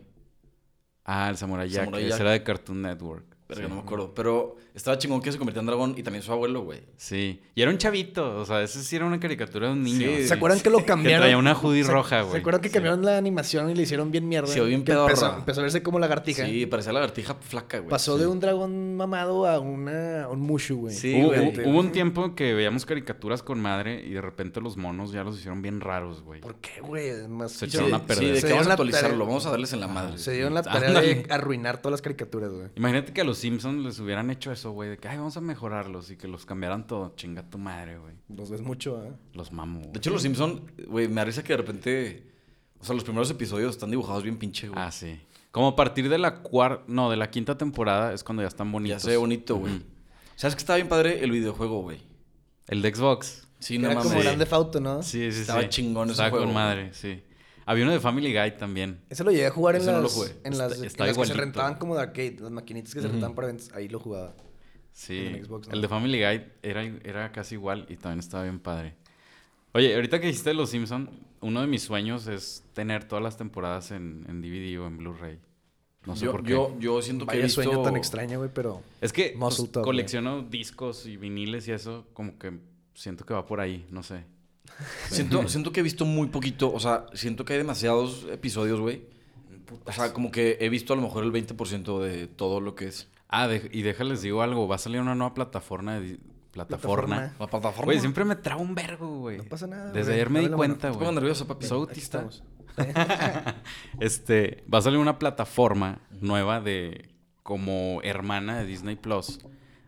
Speaker 3: Ah, el Samurai Jack.
Speaker 1: Samurai
Speaker 3: ese
Speaker 1: Jack.
Speaker 3: era de Cartoon Network.
Speaker 1: Verga,
Speaker 3: sí.
Speaker 1: no me acuerdo. Pero estaba chingón que se convirtió en dragón y también su abuelo, güey.
Speaker 3: Sí. Y era un chavito. O sea, ese sí era una caricatura de un niño.
Speaker 1: Sí.
Speaker 2: ¿Se acuerdan que lo cambiaron?
Speaker 3: traía una hoodie
Speaker 2: ¿Se-
Speaker 3: roja, Ah, güey?
Speaker 2: ¿Se acuerdan que
Speaker 3: Sí.
Speaker 2: cambiaron la animación y le hicieron bien mierda?
Speaker 1: Se vio bien
Speaker 2: Que Empezó,
Speaker 1: pedorra.
Speaker 2: empezó a verse como lagartija.
Speaker 1: Sí, parecía lagartija flaca, güey.
Speaker 2: Pasó de un dragón mamado a una, a un mushu, güey.
Speaker 1: Sí,
Speaker 3: hubo,
Speaker 1: güey.
Speaker 3: hubo- hubo un tiempo que veíamos caricaturas con madre y de repente los monos ya los hicieron bien raros, güey.
Speaker 2: ¿Por qué, güey? Más-
Speaker 3: Se
Speaker 2: Sí,
Speaker 3: echaron a
Speaker 1: Sí,
Speaker 3: perder.
Speaker 1: de
Speaker 2: Se
Speaker 1: que vamos
Speaker 2: dieron
Speaker 1: a
Speaker 2: la
Speaker 1: actualizarlo.
Speaker 2: tarea-
Speaker 1: Vamos a darles en la madre.
Speaker 2: Se dieron la tarea de arruinar todas las caricaturas, güey.
Speaker 3: Imagínate que a los Simpsons les hubieran hecho eso, güey. De que, ay, vamos a mejorarlos y que los cambiaran todo. Chinga tu madre, güey.
Speaker 2: Los ves mucho, ¿eh?
Speaker 3: Los mamo, güey.
Speaker 1: De hecho, los Simpson, güey, me da risa que de repente. O sea, los primeros episodios están dibujados bien pinche, güey.
Speaker 3: Ah, sí. Como a partir de la cuarta... No, de la quinta temporada es cuando ya están
Speaker 1: ya
Speaker 3: bonitos.
Speaker 1: se ve bonito, güey.
Speaker 3: Ujú.
Speaker 1: ¿Sabes que estaba bien padre el videojuego, güey?
Speaker 3: El de Xbox.
Speaker 1: Sí,
Speaker 2: Era
Speaker 1: no
Speaker 2: como
Speaker 1: mames.
Speaker 3: Sí.
Speaker 2: Grand Theft Auto, ¿no?
Speaker 3: Sí, sí,
Speaker 1: Ah, Estaba
Speaker 3: sí.
Speaker 1: chingón ese
Speaker 3: Estaba
Speaker 1: juego,
Speaker 3: con
Speaker 1: güey.
Speaker 3: madre, sí. Había uno de Family Guy también.
Speaker 2: Ese lo llegué a jugar en
Speaker 1: Ese
Speaker 2: las,
Speaker 1: no lo jugué.
Speaker 2: en las,
Speaker 3: Está-
Speaker 2: en
Speaker 3: está
Speaker 2: las que se
Speaker 3: igualito.
Speaker 2: rentaban como de arcade, las maquinitas que se rentaban para ventas. Ahí lo jugaba.
Speaker 3: Sí.
Speaker 2: En el Xbox, ¿no?
Speaker 3: El de Family Guy era, era casi igual y también estaba bien padre. Oye, ahorita que dijiste Los Simpson, uno de mis sueños es tener todas las temporadas en, en DVD o en Blu-ray. No sé
Speaker 1: yo,
Speaker 3: por qué.
Speaker 1: yo, yo siento que.
Speaker 2: Vaya
Speaker 1: he visto-
Speaker 2: sueño tan extraño, güey, pero...
Speaker 3: es que pues,
Speaker 2: Muscle Top,
Speaker 3: colecciono discos y viniles y eso, como que siento que va por ahí, no sé.
Speaker 1: Siento, siento que he visto muy poquito. O sea, siento que hay demasiados episodios, güey. O sea, como que he visto a lo mejor el 20% de todo lo que es.
Speaker 3: Ah, de- y déjales digo algo, va a salir una nueva plataforma de di- plataforma.
Speaker 2: Plataforma.
Speaker 1: La plataforma.
Speaker 3: Güey, siempre me trago un vergo, güey.
Speaker 2: No pasa nada,
Speaker 3: Desde
Speaker 2: güey.
Speaker 3: ayer me
Speaker 2: Dale
Speaker 3: di
Speaker 2: la mano.
Speaker 3: cuenta,
Speaker 1: Te pongo
Speaker 3: güey.
Speaker 1: nervioso, papi.
Speaker 3: Soy autista.
Speaker 2: estamos.
Speaker 3: este, va a salir una plataforma nueva de como hermana de Disney Plus,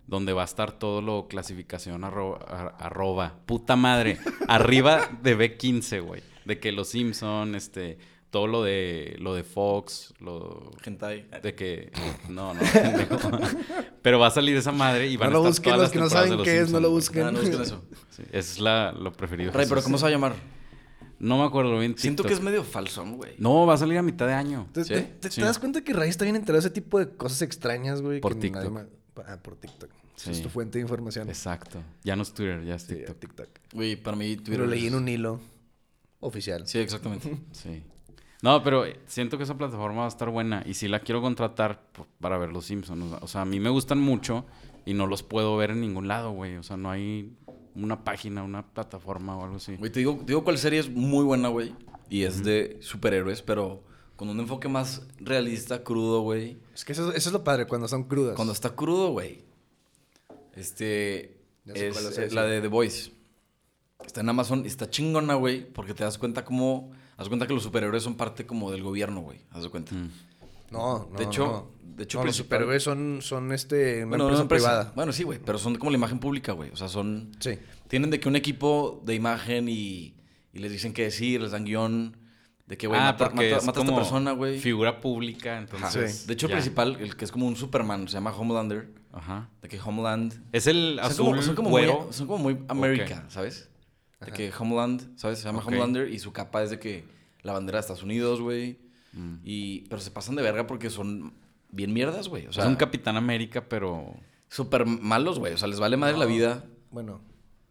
Speaker 3: donde va a estar todo lo clasificación arro- ar- arroba, puta madre, arriba de B15, güey. De que los Simpson, este, todo lo de lo de Fox, lo
Speaker 1: Hentai.
Speaker 3: de que no, no, pendejo. pero va a salir esa madre y van
Speaker 2: No lo
Speaker 3: a estar
Speaker 2: busquen,
Speaker 3: todas
Speaker 2: los
Speaker 3: las
Speaker 2: que no
Speaker 3: temporadas
Speaker 2: saben
Speaker 3: de los
Speaker 2: qué es, no
Speaker 3: Simpson,
Speaker 2: lo
Speaker 3: güey.
Speaker 2: busquen.
Speaker 1: Nada, Pues no busquen eso.
Speaker 3: Sí, eso es la, lo preferido.
Speaker 1: Ray, pero
Speaker 3: Jesús.
Speaker 1: ¿cómo se va a llamar?
Speaker 3: No me acuerdo bien.
Speaker 1: Siento
Speaker 3: TikTok.
Speaker 1: que es medio falsón, güey.
Speaker 3: No, va a salir a mitad de año.
Speaker 2: ¿Te,
Speaker 1: ¿Sí?
Speaker 2: te- te- te
Speaker 3: Sí.
Speaker 2: das cuenta que Ray está bien enterado de ese tipo de cosas extrañas, güey?
Speaker 3: Por
Speaker 2: que nadie
Speaker 3: TikTok.
Speaker 2: más- Ah, por TikTok. Esa Es
Speaker 3: Sí.
Speaker 2: tu fuente de información.
Speaker 3: Exacto. Ya no es Twitter, ya es
Speaker 2: Sí,
Speaker 3: TikTok.
Speaker 2: TikTok.
Speaker 1: Güey, para mí
Speaker 2: Pero
Speaker 1: Twitter.
Speaker 2: leí
Speaker 1: es-
Speaker 2: en un hilo oficial.
Speaker 1: Sí, exactamente.
Speaker 3: Sí. No, pero siento que esa plataforma va a estar buena y si la quiero contratar p- para ver los Simpsons. O sea, a mí me gustan mucho y no los puedo ver en ningún lado, güey. O sea, no hay una página, una plataforma o algo así.
Speaker 1: Güey, te digo, te digo cuál serie es muy buena, güey. Y es de superhéroes, pero con un enfoque más realista, crudo, güey.
Speaker 2: Es que eso, eso es lo padre, cuando son crudas.
Speaker 1: Cuando está crudo, güey. Este.
Speaker 2: Ya sé
Speaker 1: es-
Speaker 2: cuál vas a
Speaker 1: es la
Speaker 2: decir.
Speaker 1: de The Voice. Está en Amazon y está chingona, güey. Porque te das cuenta como. Haz cuenta que los superhéroes son parte como del gobierno, güey. Haz de cuenta.
Speaker 3: Mm.
Speaker 2: No, no,
Speaker 1: de hecho,
Speaker 2: no.
Speaker 1: de hecho,
Speaker 2: No, los
Speaker 1: principal-
Speaker 2: superhéroes son, son este, una
Speaker 1: Bueno, no
Speaker 2: empresa
Speaker 1: es empresa.
Speaker 2: privada.
Speaker 1: Bueno, sí, güey. Pero son como la imagen pública, güey. O sea, son.
Speaker 2: Sí.
Speaker 1: Tienen de que un equipo de imagen y, y les dicen qué decir, les dan guión. De que, güey,
Speaker 3: ah,
Speaker 1: mata,
Speaker 3: porque
Speaker 1: mata-
Speaker 3: es
Speaker 1: mata a esta
Speaker 3: como
Speaker 1: persona, güey.
Speaker 3: Figura pública, entonces.
Speaker 2: Sí.
Speaker 1: De hecho, el
Speaker 3: ya.
Speaker 1: principal, el que es como un Superman, se llama Homelander.
Speaker 3: Ajá.
Speaker 1: De que Homeland.
Speaker 3: Es el
Speaker 1: Son
Speaker 3: azul
Speaker 1: como, son como
Speaker 3: güero.
Speaker 1: muy, son como muy América, ¿sabes? De que Homeland, ¿sabes? Se llama
Speaker 3: Ok.
Speaker 1: Homelander y su capa es de que la bandera de Estados Unidos, güey.
Speaker 3: Mm.
Speaker 1: Y, pero se pasan de verga porque son bien mierdas, güey. O
Speaker 3: O
Speaker 1: sea,
Speaker 3: sea, es un Capitán América, pero...
Speaker 1: súper malos, güey. O sea, les vale madre la vida.
Speaker 2: Bueno,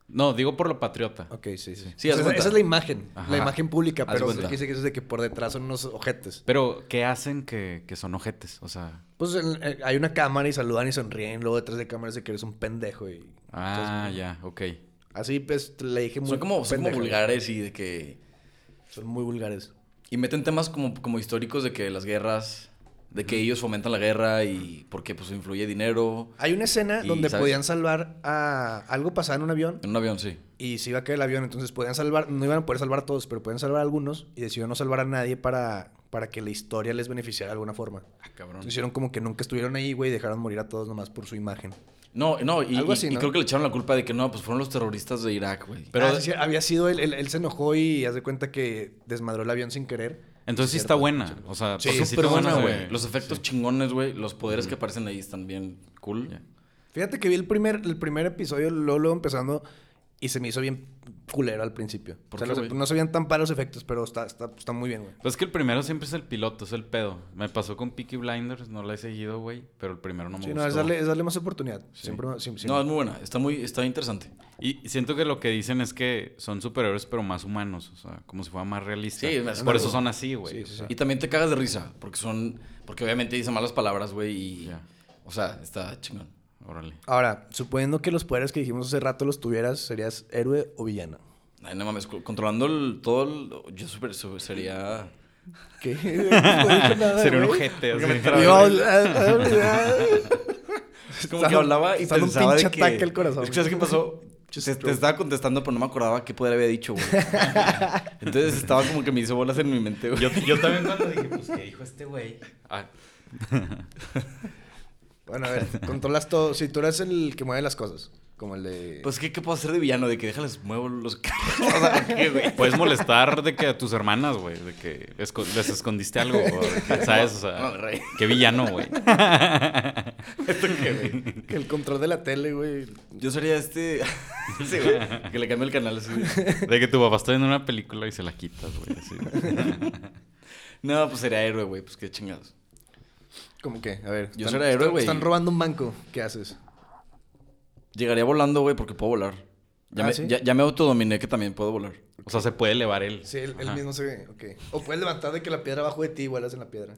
Speaker 3: No, digo por lo patriota.
Speaker 2: ok, sí, sí.
Speaker 1: Sí, haz
Speaker 2: esa,
Speaker 1: cuenta.
Speaker 2: esa es la imagen,
Speaker 3: Ajá.
Speaker 2: la imagen pública,
Speaker 1: Haz
Speaker 2: pero
Speaker 1: cuenta.
Speaker 2: dice que eso es de que por detrás son unos ojetes.
Speaker 3: Pero, ¿qué hacen que, que son ojetes? O sea...
Speaker 2: Pues en- eh, hay una cámara y saludan y sonríen, luego detrás de cámara dice que eres un pendejo y...
Speaker 3: Ah, ya, ok.
Speaker 2: Así pues le dije muy
Speaker 1: Son como, son como
Speaker 2: pendejo.
Speaker 1: vulgares y de que...
Speaker 2: Son muy vulgares.
Speaker 1: Y meten temas como, como históricos de que las guerras... De que ellos fomentan la guerra y porque pues influye dinero.
Speaker 2: Hay una escena
Speaker 1: Y,
Speaker 2: donde
Speaker 1: ¿sabes?
Speaker 2: podían salvar a... Algo pasaba en un avión
Speaker 1: En un avión, sí.
Speaker 2: y se iba a caer el avión, entonces podían salvar... No iban a poder salvar a todos, pero podían salvar a algunos y decidió no salvar a nadie para, para que la historia les beneficiara de alguna forma.
Speaker 3: Ah, cabrón.
Speaker 2: Entonces, hicieron como que nunca estuvieron ahí, güey, y dejaron morir a todos nomás por su imagen.
Speaker 1: No, no, y,
Speaker 2: Algo
Speaker 1: y-
Speaker 2: así,
Speaker 1: y
Speaker 2: ¿no?
Speaker 1: creo que le echaron la culpa de que no, pues fueron los terroristas de Irak, güey. Ah,
Speaker 3: Pero-
Speaker 2: Pero Ah, había sido él, él, él se enojó y haz de cuenta que desmadró el avión sin querer.
Speaker 3: Entonces sí está
Speaker 2: Cierto.
Speaker 3: buena. O sea, pues,
Speaker 2: Sí,
Speaker 3: porque
Speaker 1: Está
Speaker 2: sí
Speaker 1: súper
Speaker 3: te
Speaker 1: buena,
Speaker 3: pones de-
Speaker 1: güey. Los efectos chingones, güey. Los poderes que aparecen ahí están bien cool.
Speaker 3: Ya.
Speaker 2: Fíjate que vi el primer, el primer episodio, luego, luego empezando, y se me hizo bien culero al principio.
Speaker 1: ¿Por
Speaker 2: O sea,
Speaker 1: qué,
Speaker 2: los-
Speaker 1: güey?
Speaker 2: no se veían tan para los efectos, pero está, está, está muy bien, güey.
Speaker 3: Pues es que el primero siempre es el piloto, es el pedo. Me pasó con Peaky Blinders, no la he seguido, güey, pero el primero no me
Speaker 2: sí,
Speaker 3: gustó.
Speaker 2: no, es darle, es darle más oportunidad. Siempre, siempre-
Speaker 1: No, es muy buena. Está muy, está interesante.
Speaker 3: Y siento que lo que dicen es que son superhéroes, pero más humanos. O sea, como si fuera más realista.
Speaker 1: Sí, me
Speaker 3: Por
Speaker 1: acuerdo.
Speaker 3: eso son así, güey.
Speaker 2: Sí, sí,
Speaker 3: o sea,
Speaker 1: Y también te cagas de risa. Porque son. Porque obviamente dicen malas palabras, güey. Y.
Speaker 3: Ya.
Speaker 1: O sea, está chingón.
Speaker 3: Órale.
Speaker 2: Ahora, suponiendo que los poderes que dijimos hace rato los tuvieras, ¿serías héroe o villano?
Speaker 1: Ay, no mames. co- Controlando el- todo el. Yo super, super- sería.
Speaker 2: ¿Qué? No dije nada,
Speaker 3: Sería un
Speaker 2: güey.
Speaker 3: ojete. así.
Speaker 2: Yo, ah, ah, ah.
Speaker 1: Es como
Speaker 2: Está-
Speaker 1: que hablaba y
Speaker 2: está en un
Speaker 1: pensaba de
Speaker 2: pinche
Speaker 1: que...
Speaker 2: ataque al corazón.
Speaker 1: Es que ¿sabes qué pasó? Te, te estaba contestando, pero no me acordaba qué poder había dicho, güey. Entonces estaba como que me hizo bolas en mi mente, güey.
Speaker 3: Yo, yo también cuando dije, pues, ¿qué dijo este güey? Ah,
Speaker 2: Bueno, a ver, controlas todo. Si tú eres el que mueve las cosas, como el de.
Speaker 1: Pues, ¿qué, ¿qué puedo hacer de villano? De que déjales muevo los carros. O sea, ¿por qué, güey?
Speaker 3: Puedes molestar de que a tus hermanas, güey, de que esco- les escondiste algo, o de que, ¿sabes? O
Speaker 1: No,
Speaker 3: sea,
Speaker 1: rey.
Speaker 3: qué villano, güey.
Speaker 1: ¿Esto qué, güey?
Speaker 2: que el control de la tele, güey.
Speaker 1: Yo sería este... sí, güey. Que le cambio el canal así.
Speaker 3: De que tu papá está viendo una película y se la quitas, güey. así.
Speaker 1: No, pues sería héroe, güey. Pues, qué chingados.
Speaker 2: ¿Cómo que? A ver.
Speaker 1: Yo seré héroe, güey.
Speaker 2: Están robando un banco. ¿Qué haces?
Speaker 1: Llegaría volando, güey, porque puedo volar. Ya,
Speaker 2: Ah,
Speaker 1: me,
Speaker 2: ¿sí?
Speaker 1: ya, ya me autodominé que también puedo volar.
Speaker 3: O sea, se puede elevar él.
Speaker 2: Sí, él, él
Speaker 3: Ajá.
Speaker 2: mismo se ve. Ok. O puedes levantar de que la piedra abajo de ti igualas en la piedra.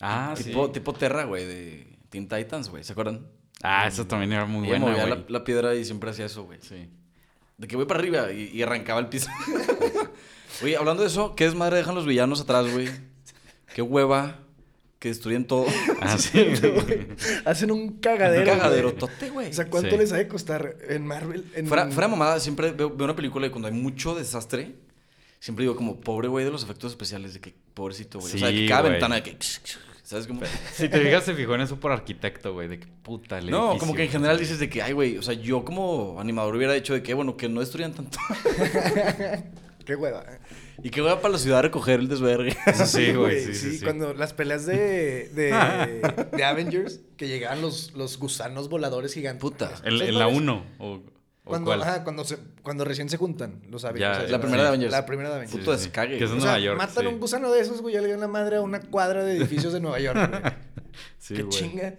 Speaker 3: Ah, sí.
Speaker 1: tipo, tipo Terra, güey, de Teen Titans, güey. ¿Se acuerdan?
Speaker 3: Ah, eso también era muy
Speaker 1: Ella
Speaker 3: buena,
Speaker 1: movía la,
Speaker 3: güey.
Speaker 1: la piedra y siempre hacía eso, güey.
Speaker 3: Sí.
Speaker 1: De que voy para arriba y, y arrancaba el piso. Oye, hablando de eso, ¿qué desmadre dejan los villanos atrás, güey? Qué hueva. Que destruyen todo.
Speaker 3: Ah, sí.
Speaker 2: Hacen un
Speaker 1: Un
Speaker 2: cagadero.
Speaker 1: cagadero
Speaker 2: güey.
Speaker 1: tote, güey.
Speaker 2: O sea, ¿cuánto
Speaker 3: Sí.
Speaker 2: les ha de costar en Marvel? En...
Speaker 1: Fuera, fuera mamada, siempre veo, veo una película y cuando hay mucho desastre, Siempre digo como, pobre güey de los efectos especiales, de que pobrecito, güey.
Speaker 3: Sí,
Speaker 1: o sea, que cada
Speaker 3: güey.
Speaker 1: ventana de que... ¿Sabes cómo?
Speaker 3: Si te fijas, se fijó en eso por arquitecto, güey. De que puta le.
Speaker 1: No, como que en general dices de que, ay, güey, o sea, yo como animador hubiera dicho de que, bueno, que no destruyan tanto.
Speaker 2: Qué hueva.
Speaker 1: Y que voy para la ciudad a recoger el desvergue.
Speaker 3: Sí, güey. Sí, sí, sí.
Speaker 2: cuando las peleas de, de, de Avengers, que llegaban los, los gusanos voladores gigantes.
Speaker 1: Puta.
Speaker 3: El,
Speaker 2: ¿Sabes
Speaker 3: el la
Speaker 2: cuál es?
Speaker 3: 1. ¿O, o
Speaker 2: Cuando,
Speaker 3: cuál?
Speaker 2: ajá, cuando, se- cuando recién se juntan los Avengers.
Speaker 3: Ya,
Speaker 2: O sea,
Speaker 1: la primera de Avengers.
Speaker 2: La primera de Avengers.
Speaker 1: Puto descague,
Speaker 3: Que es
Speaker 1: güey.
Speaker 3: en
Speaker 2: O sea,
Speaker 3: Nueva York.
Speaker 2: matan
Speaker 3: sí.
Speaker 2: un gusano de esos, güey, ya le dan la madre a una cuadra de edificios de Nueva York, güey.
Speaker 3: Sí,
Speaker 2: Qué
Speaker 3: güey.
Speaker 2: chinga.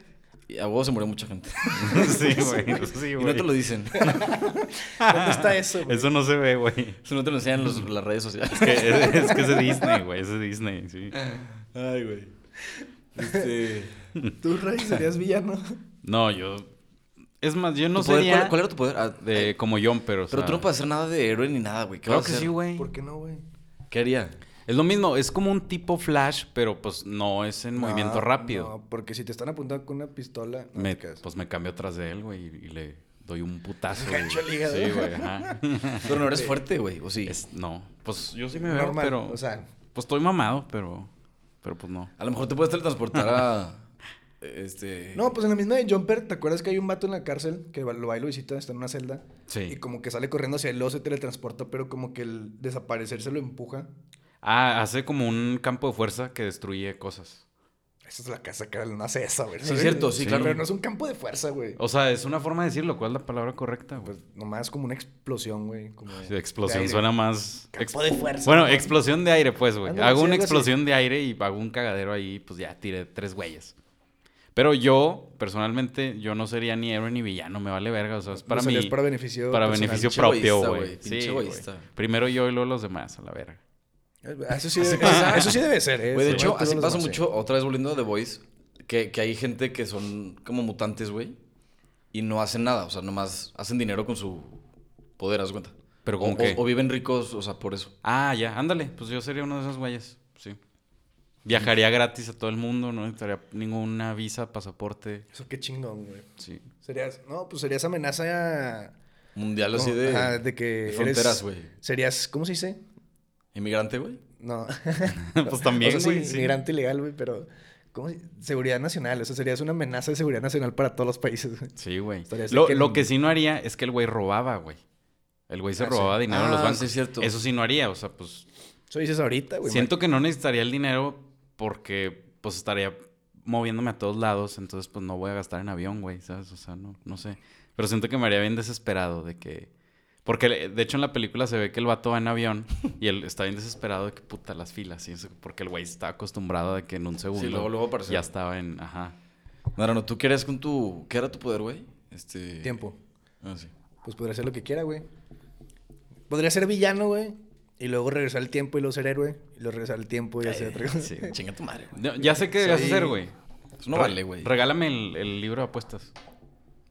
Speaker 1: Y a huevo se murió mucha gente.
Speaker 3: sí, güey. Sí,
Speaker 1: y
Speaker 3: güey.
Speaker 1: no te lo dicen.
Speaker 2: ¿Dónde está eso, güey?
Speaker 3: Eso no se ve, güey.
Speaker 1: Eso no te lo enseñan los- las redes sociales.
Speaker 3: Que es, es que es de Disney, güey. Es de Disney, sí.
Speaker 1: Ay, güey. Este...
Speaker 2: Tú, Ray, serías villano.
Speaker 3: No, yo. Es más, yo no
Speaker 1: ¿Tu poder?
Speaker 3: sería
Speaker 1: ¿Cuál, cuál era tu poder? Ah,
Speaker 3: de, como John, pero. o
Speaker 1: Pero
Speaker 3: sea,
Speaker 1: tú no puedes hacer nada de héroe ni nada, güey. ¿Qué
Speaker 3: Claro
Speaker 1: vas a
Speaker 3: que
Speaker 1: hacer?
Speaker 3: sí, güey.
Speaker 2: ¿Por qué no, güey?
Speaker 1: ¿Qué haría?
Speaker 3: Es lo mismo, es como un tipo Flash, pero pues no es en movimiento
Speaker 2: No,
Speaker 3: rápido.
Speaker 2: Ah, No, porque si te están apuntando con una pistola. No
Speaker 3: Me-
Speaker 2: te quedas.
Speaker 3: pues me cambio atrás de él, güey, y le doy un putazo.
Speaker 2: Un
Speaker 3: güey.
Speaker 2: gancho al hígado.
Speaker 3: Sí, güey, ajá.
Speaker 1: Pero no eres fuerte, güey, ¿o sí?
Speaker 3: Es- no, pues yo sí me veo,
Speaker 2: Normal.
Speaker 3: pero.
Speaker 2: O sea,
Speaker 3: Pues estoy mamado, pero. Pero pues no.
Speaker 1: A lo mejor te puedes teletransportar a... Este...
Speaker 2: No, pues en la misma de Jumper, ¿te acuerdas que hay un vato en la cárcel que va- lo va y lo visita, está en una celda?
Speaker 3: Sí.
Speaker 2: Y como que sale corriendo hacia el oso, se teletransporta, pero como que el desaparecer se lo empuja.
Speaker 3: Ah, hace como un campo de fuerza que destruye cosas.
Speaker 2: Esa es la casa que no hace esa, güey.
Speaker 1: Sí,
Speaker 2: ¿sabes?
Speaker 1: cierto, sí, claro.
Speaker 2: Pero no es un campo de fuerza, güey.
Speaker 3: O sea, es una forma de decirlo. ¿Cuál es la palabra correcta, güey?
Speaker 2: Pues nomás como una explosión, güey. Como
Speaker 3: Sí,
Speaker 2: de
Speaker 3: explosión
Speaker 2: aire.
Speaker 3: suena más.
Speaker 2: Campo
Speaker 3: ex-
Speaker 2: de fuerza.
Speaker 3: Bueno,
Speaker 2: ¿no?
Speaker 3: explosión de aire, pues, güey.
Speaker 2: Ándale,
Speaker 3: Hago
Speaker 2: sí,
Speaker 3: una
Speaker 2: algo así.
Speaker 3: explosión de aire y hago un cagadero ahí, pues ya tiré tres güeyes. Pero yo, personalmente, yo no sería ni héroe ni villano, me vale verga. O sea, es para
Speaker 2: No
Speaker 3: mí.
Speaker 2: serías para beneficio.
Speaker 3: para
Speaker 2: personal.
Speaker 3: beneficio
Speaker 1: Pinche
Speaker 3: propio,
Speaker 1: egoísta,
Speaker 3: güey.
Speaker 1: güey, pinche
Speaker 3: Sí,
Speaker 1: egoísta.
Speaker 3: güey. Primero yo y luego los demás, a la verga.
Speaker 2: Ah, Eso sí, debe, eso, eso sí debe ser, ¿eh?
Speaker 1: Güey, de
Speaker 2: Sí,
Speaker 1: hecho,
Speaker 2: tú
Speaker 1: así
Speaker 2: los
Speaker 1: pasa
Speaker 2: demás,
Speaker 1: mucho, otra vez volviendo a The Voice, que, que hay gente que son como mutantes, güey, y no hacen nada, o sea, nomás hacen dinero con su poder, haz de cuenta.
Speaker 3: Pero ¿con
Speaker 1: o,
Speaker 3: qué?
Speaker 1: o- o viven ricos, o sea, por eso.
Speaker 3: Ah, ya, ándale. Pues yo sería uno de esos güeyes, sí. Viajaría gratis a todo el mundo, no necesitaría ninguna visa, pasaporte,
Speaker 2: sí. Eso qué chingón, güey.
Speaker 3: sí.
Speaker 2: Serías, no, pues serías amenaza
Speaker 1: Mundial
Speaker 2: como-
Speaker 1: así de,
Speaker 2: ajá, Oh, ah, de que
Speaker 1: de
Speaker 2: eres-
Speaker 1: fronteras, güey.
Speaker 2: Serías, ¿cómo se dice?
Speaker 1: Inmigrante, güey.
Speaker 2: No.
Speaker 3: Pues también,
Speaker 2: O sea, sí,
Speaker 3: güey, sí.
Speaker 2: inmigrante ilegal, güey, pero ¿cómo se- seguridad nacional, o sea, serías una amenaza de seguridad nacional para todos los países. güey.
Speaker 3: Sí, güey.
Speaker 2: Estaría así
Speaker 3: Lo,
Speaker 2: que-
Speaker 3: lo que sí no haría es que el güey robaba, güey. El güey se
Speaker 2: Ah, sí.
Speaker 3: robaba dinero en los
Speaker 1: Ah,
Speaker 3: bancos.
Speaker 1: sí, es cierto.
Speaker 3: Eso sí no haría, o sea, pues
Speaker 2: Eso dices ahorita, güey.
Speaker 3: siento que no necesitaría el dinero porque pues estaría moviéndome a todos lados, entonces pues no voy a gastar en avión, güey, ¿sabes? O sea, no, no sé. Pero siento que me haría bien desesperado de que... Porque le- de hecho en la película se ve que el vato va en avión y él está bien desesperado de que puta las filas, y eso, porque el güey está acostumbrado de que en un segundo
Speaker 1: luego- luego aparece.
Speaker 3: ya estaba en... Ajá.
Speaker 1: No, no, no, tú querías con tu... ¿Qué era tu poder, güey? Este...
Speaker 2: Mike. tiempo.
Speaker 1: Ah, sí.
Speaker 2: Pues podría ser lo que quiera, güey. Podría ser villano, güey, y luego regresar al tiempo y luego ser héroe, y luego regresar al tiempo y hacer otra cosa.
Speaker 3: Sí.
Speaker 1: Chinga tu madre, güey.
Speaker 3: No, ya sé qué vas a
Speaker 2: Soy-
Speaker 3: hacer, güey.
Speaker 1: Eso Pues no
Speaker 3: Re-
Speaker 1: vale, güey.
Speaker 3: Regálame el, el libro de apuestas.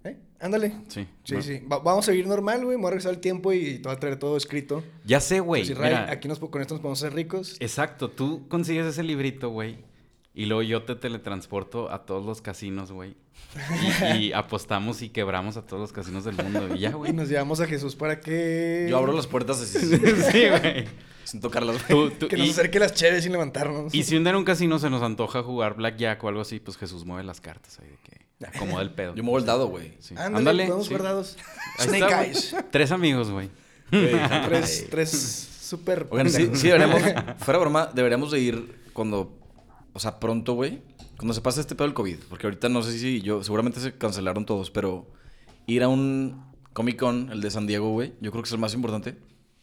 Speaker 2: ¿Eh? Ándale.
Speaker 3: Sí.
Speaker 2: Sí,
Speaker 3: Va.
Speaker 2: sí. Va- vamos a seguir normal, güey. Vamos a regresar al tiempo y te voy a traer todo escrito.
Speaker 3: Ya sé, güey.
Speaker 2: Pues, Israel,
Speaker 3: mira,
Speaker 2: aquí nos, po- con esto nos podemos hacer ricos.
Speaker 3: Exacto. Tú consigues ese librito, güey. Y luego yo te teletransporto a todos los casinos, güey. Y, y apostamos y quebramos a todos los casinos del mundo. Y ya,
Speaker 2: Y
Speaker 3: güey.
Speaker 2: nos llevamos a Jesús para que.
Speaker 1: Eh, Yo abro las puertas así, sin,
Speaker 3: sí, güey.
Speaker 1: sin tocarlas, güey.
Speaker 3: Tú- tú-
Speaker 2: Que nos
Speaker 3: y,
Speaker 2: acerque las chéves sin levantarnos.
Speaker 3: y si un día en un casino se nos antoja jugar blackjack o algo así, pues Jesús mueve las cartas ahí de que acomoda el pedo.
Speaker 1: Yo muevo el dado, güey.
Speaker 3: Sí.
Speaker 2: Ándale,
Speaker 3: Ándale,
Speaker 2: podemos
Speaker 3: sí.
Speaker 2: guardados.
Speaker 3: Ahí
Speaker 2: Snake
Speaker 3: está, güey.
Speaker 2: Eyes.
Speaker 3: Tres amigos, güey.
Speaker 1: Güey,
Speaker 2: tres, tres super.
Speaker 1: Oigan, sí,
Speaker 2: pendejos.
Speaker 1: sí deberíamos, fuera de broma, deberíamos de ir cuando, o sea, pronto, güey, cuando se pase este pedo del COVID, porque ahorita no sé si yo, seguramente se cancelaron todos, pero ir a un Comic Con, el de San Diego, güey, yo creo que es el más importante,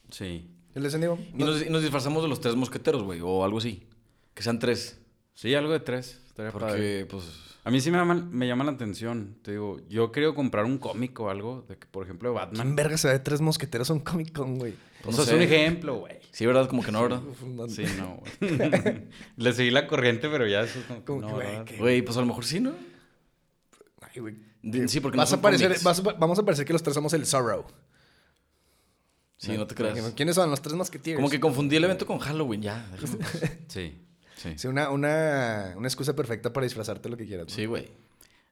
Speaker 3: Sí.
Speaker 2: El de San Diego.
Speaker 1: y nos, y nos disfrazamos de los tres mosqueteros, güey, o algo así, que sean tres,
Speaker 3: Sí, algo de tres. Estaría padre.
Speaker 1: porque, pues,
Speaker 3: A mí sí me llama, me llama la atención. Te digo, yo quiero comprar un cómic o algo, de que, por ejemplo, de Batman.
Speaker 2: ¿Quién verga se de tres mosqueteros a un Comic Con, güey?
Speaker 1: pues,
Speaker 3: Eso
Speaker 1: no
Speaker 3: es
Speaker 1: sé.
Speaker 3: un ejemplo, güey.
Speaker 1: Sí, ¿verdad? Como que no, ¿verdad?
Speaker 2: Uf, no-
Speaker 3: Sí, no, güey. Le seguí la corriente, pero ya eso es como, que
Speaker 2: Como
Speaker 3: no,
Speaker 2: que, güey,
Speaker 3: ¿verdad?
Speaker 2: ¿qué?
Speaker 1: Güey, pues a lo mejor sí, ¿no?
Speaker 2: Ay, güey.
Speaker 1: De- Sí, porque no
Speaker 2: Vas a
Speaker 1: son
Speaker 2: parecer,
Speaker 1: cómics.
Speaker 2: vas a- vamos a parecer que los tres somos el Sorrow.
Speaker 1: Sí, no te creas.
Speaker 2: ¿Quiénes son los tres mosqueteros?
Speaker 1: Como que confundí el evento con Halloween, ya. déjame.
Speaker 3: Sí, sí.
Speaker 2: Sí, una, una, una excusa perfecta para disfrazarte lo que quieras. ¿no?
Speaker 1: Sí, güey.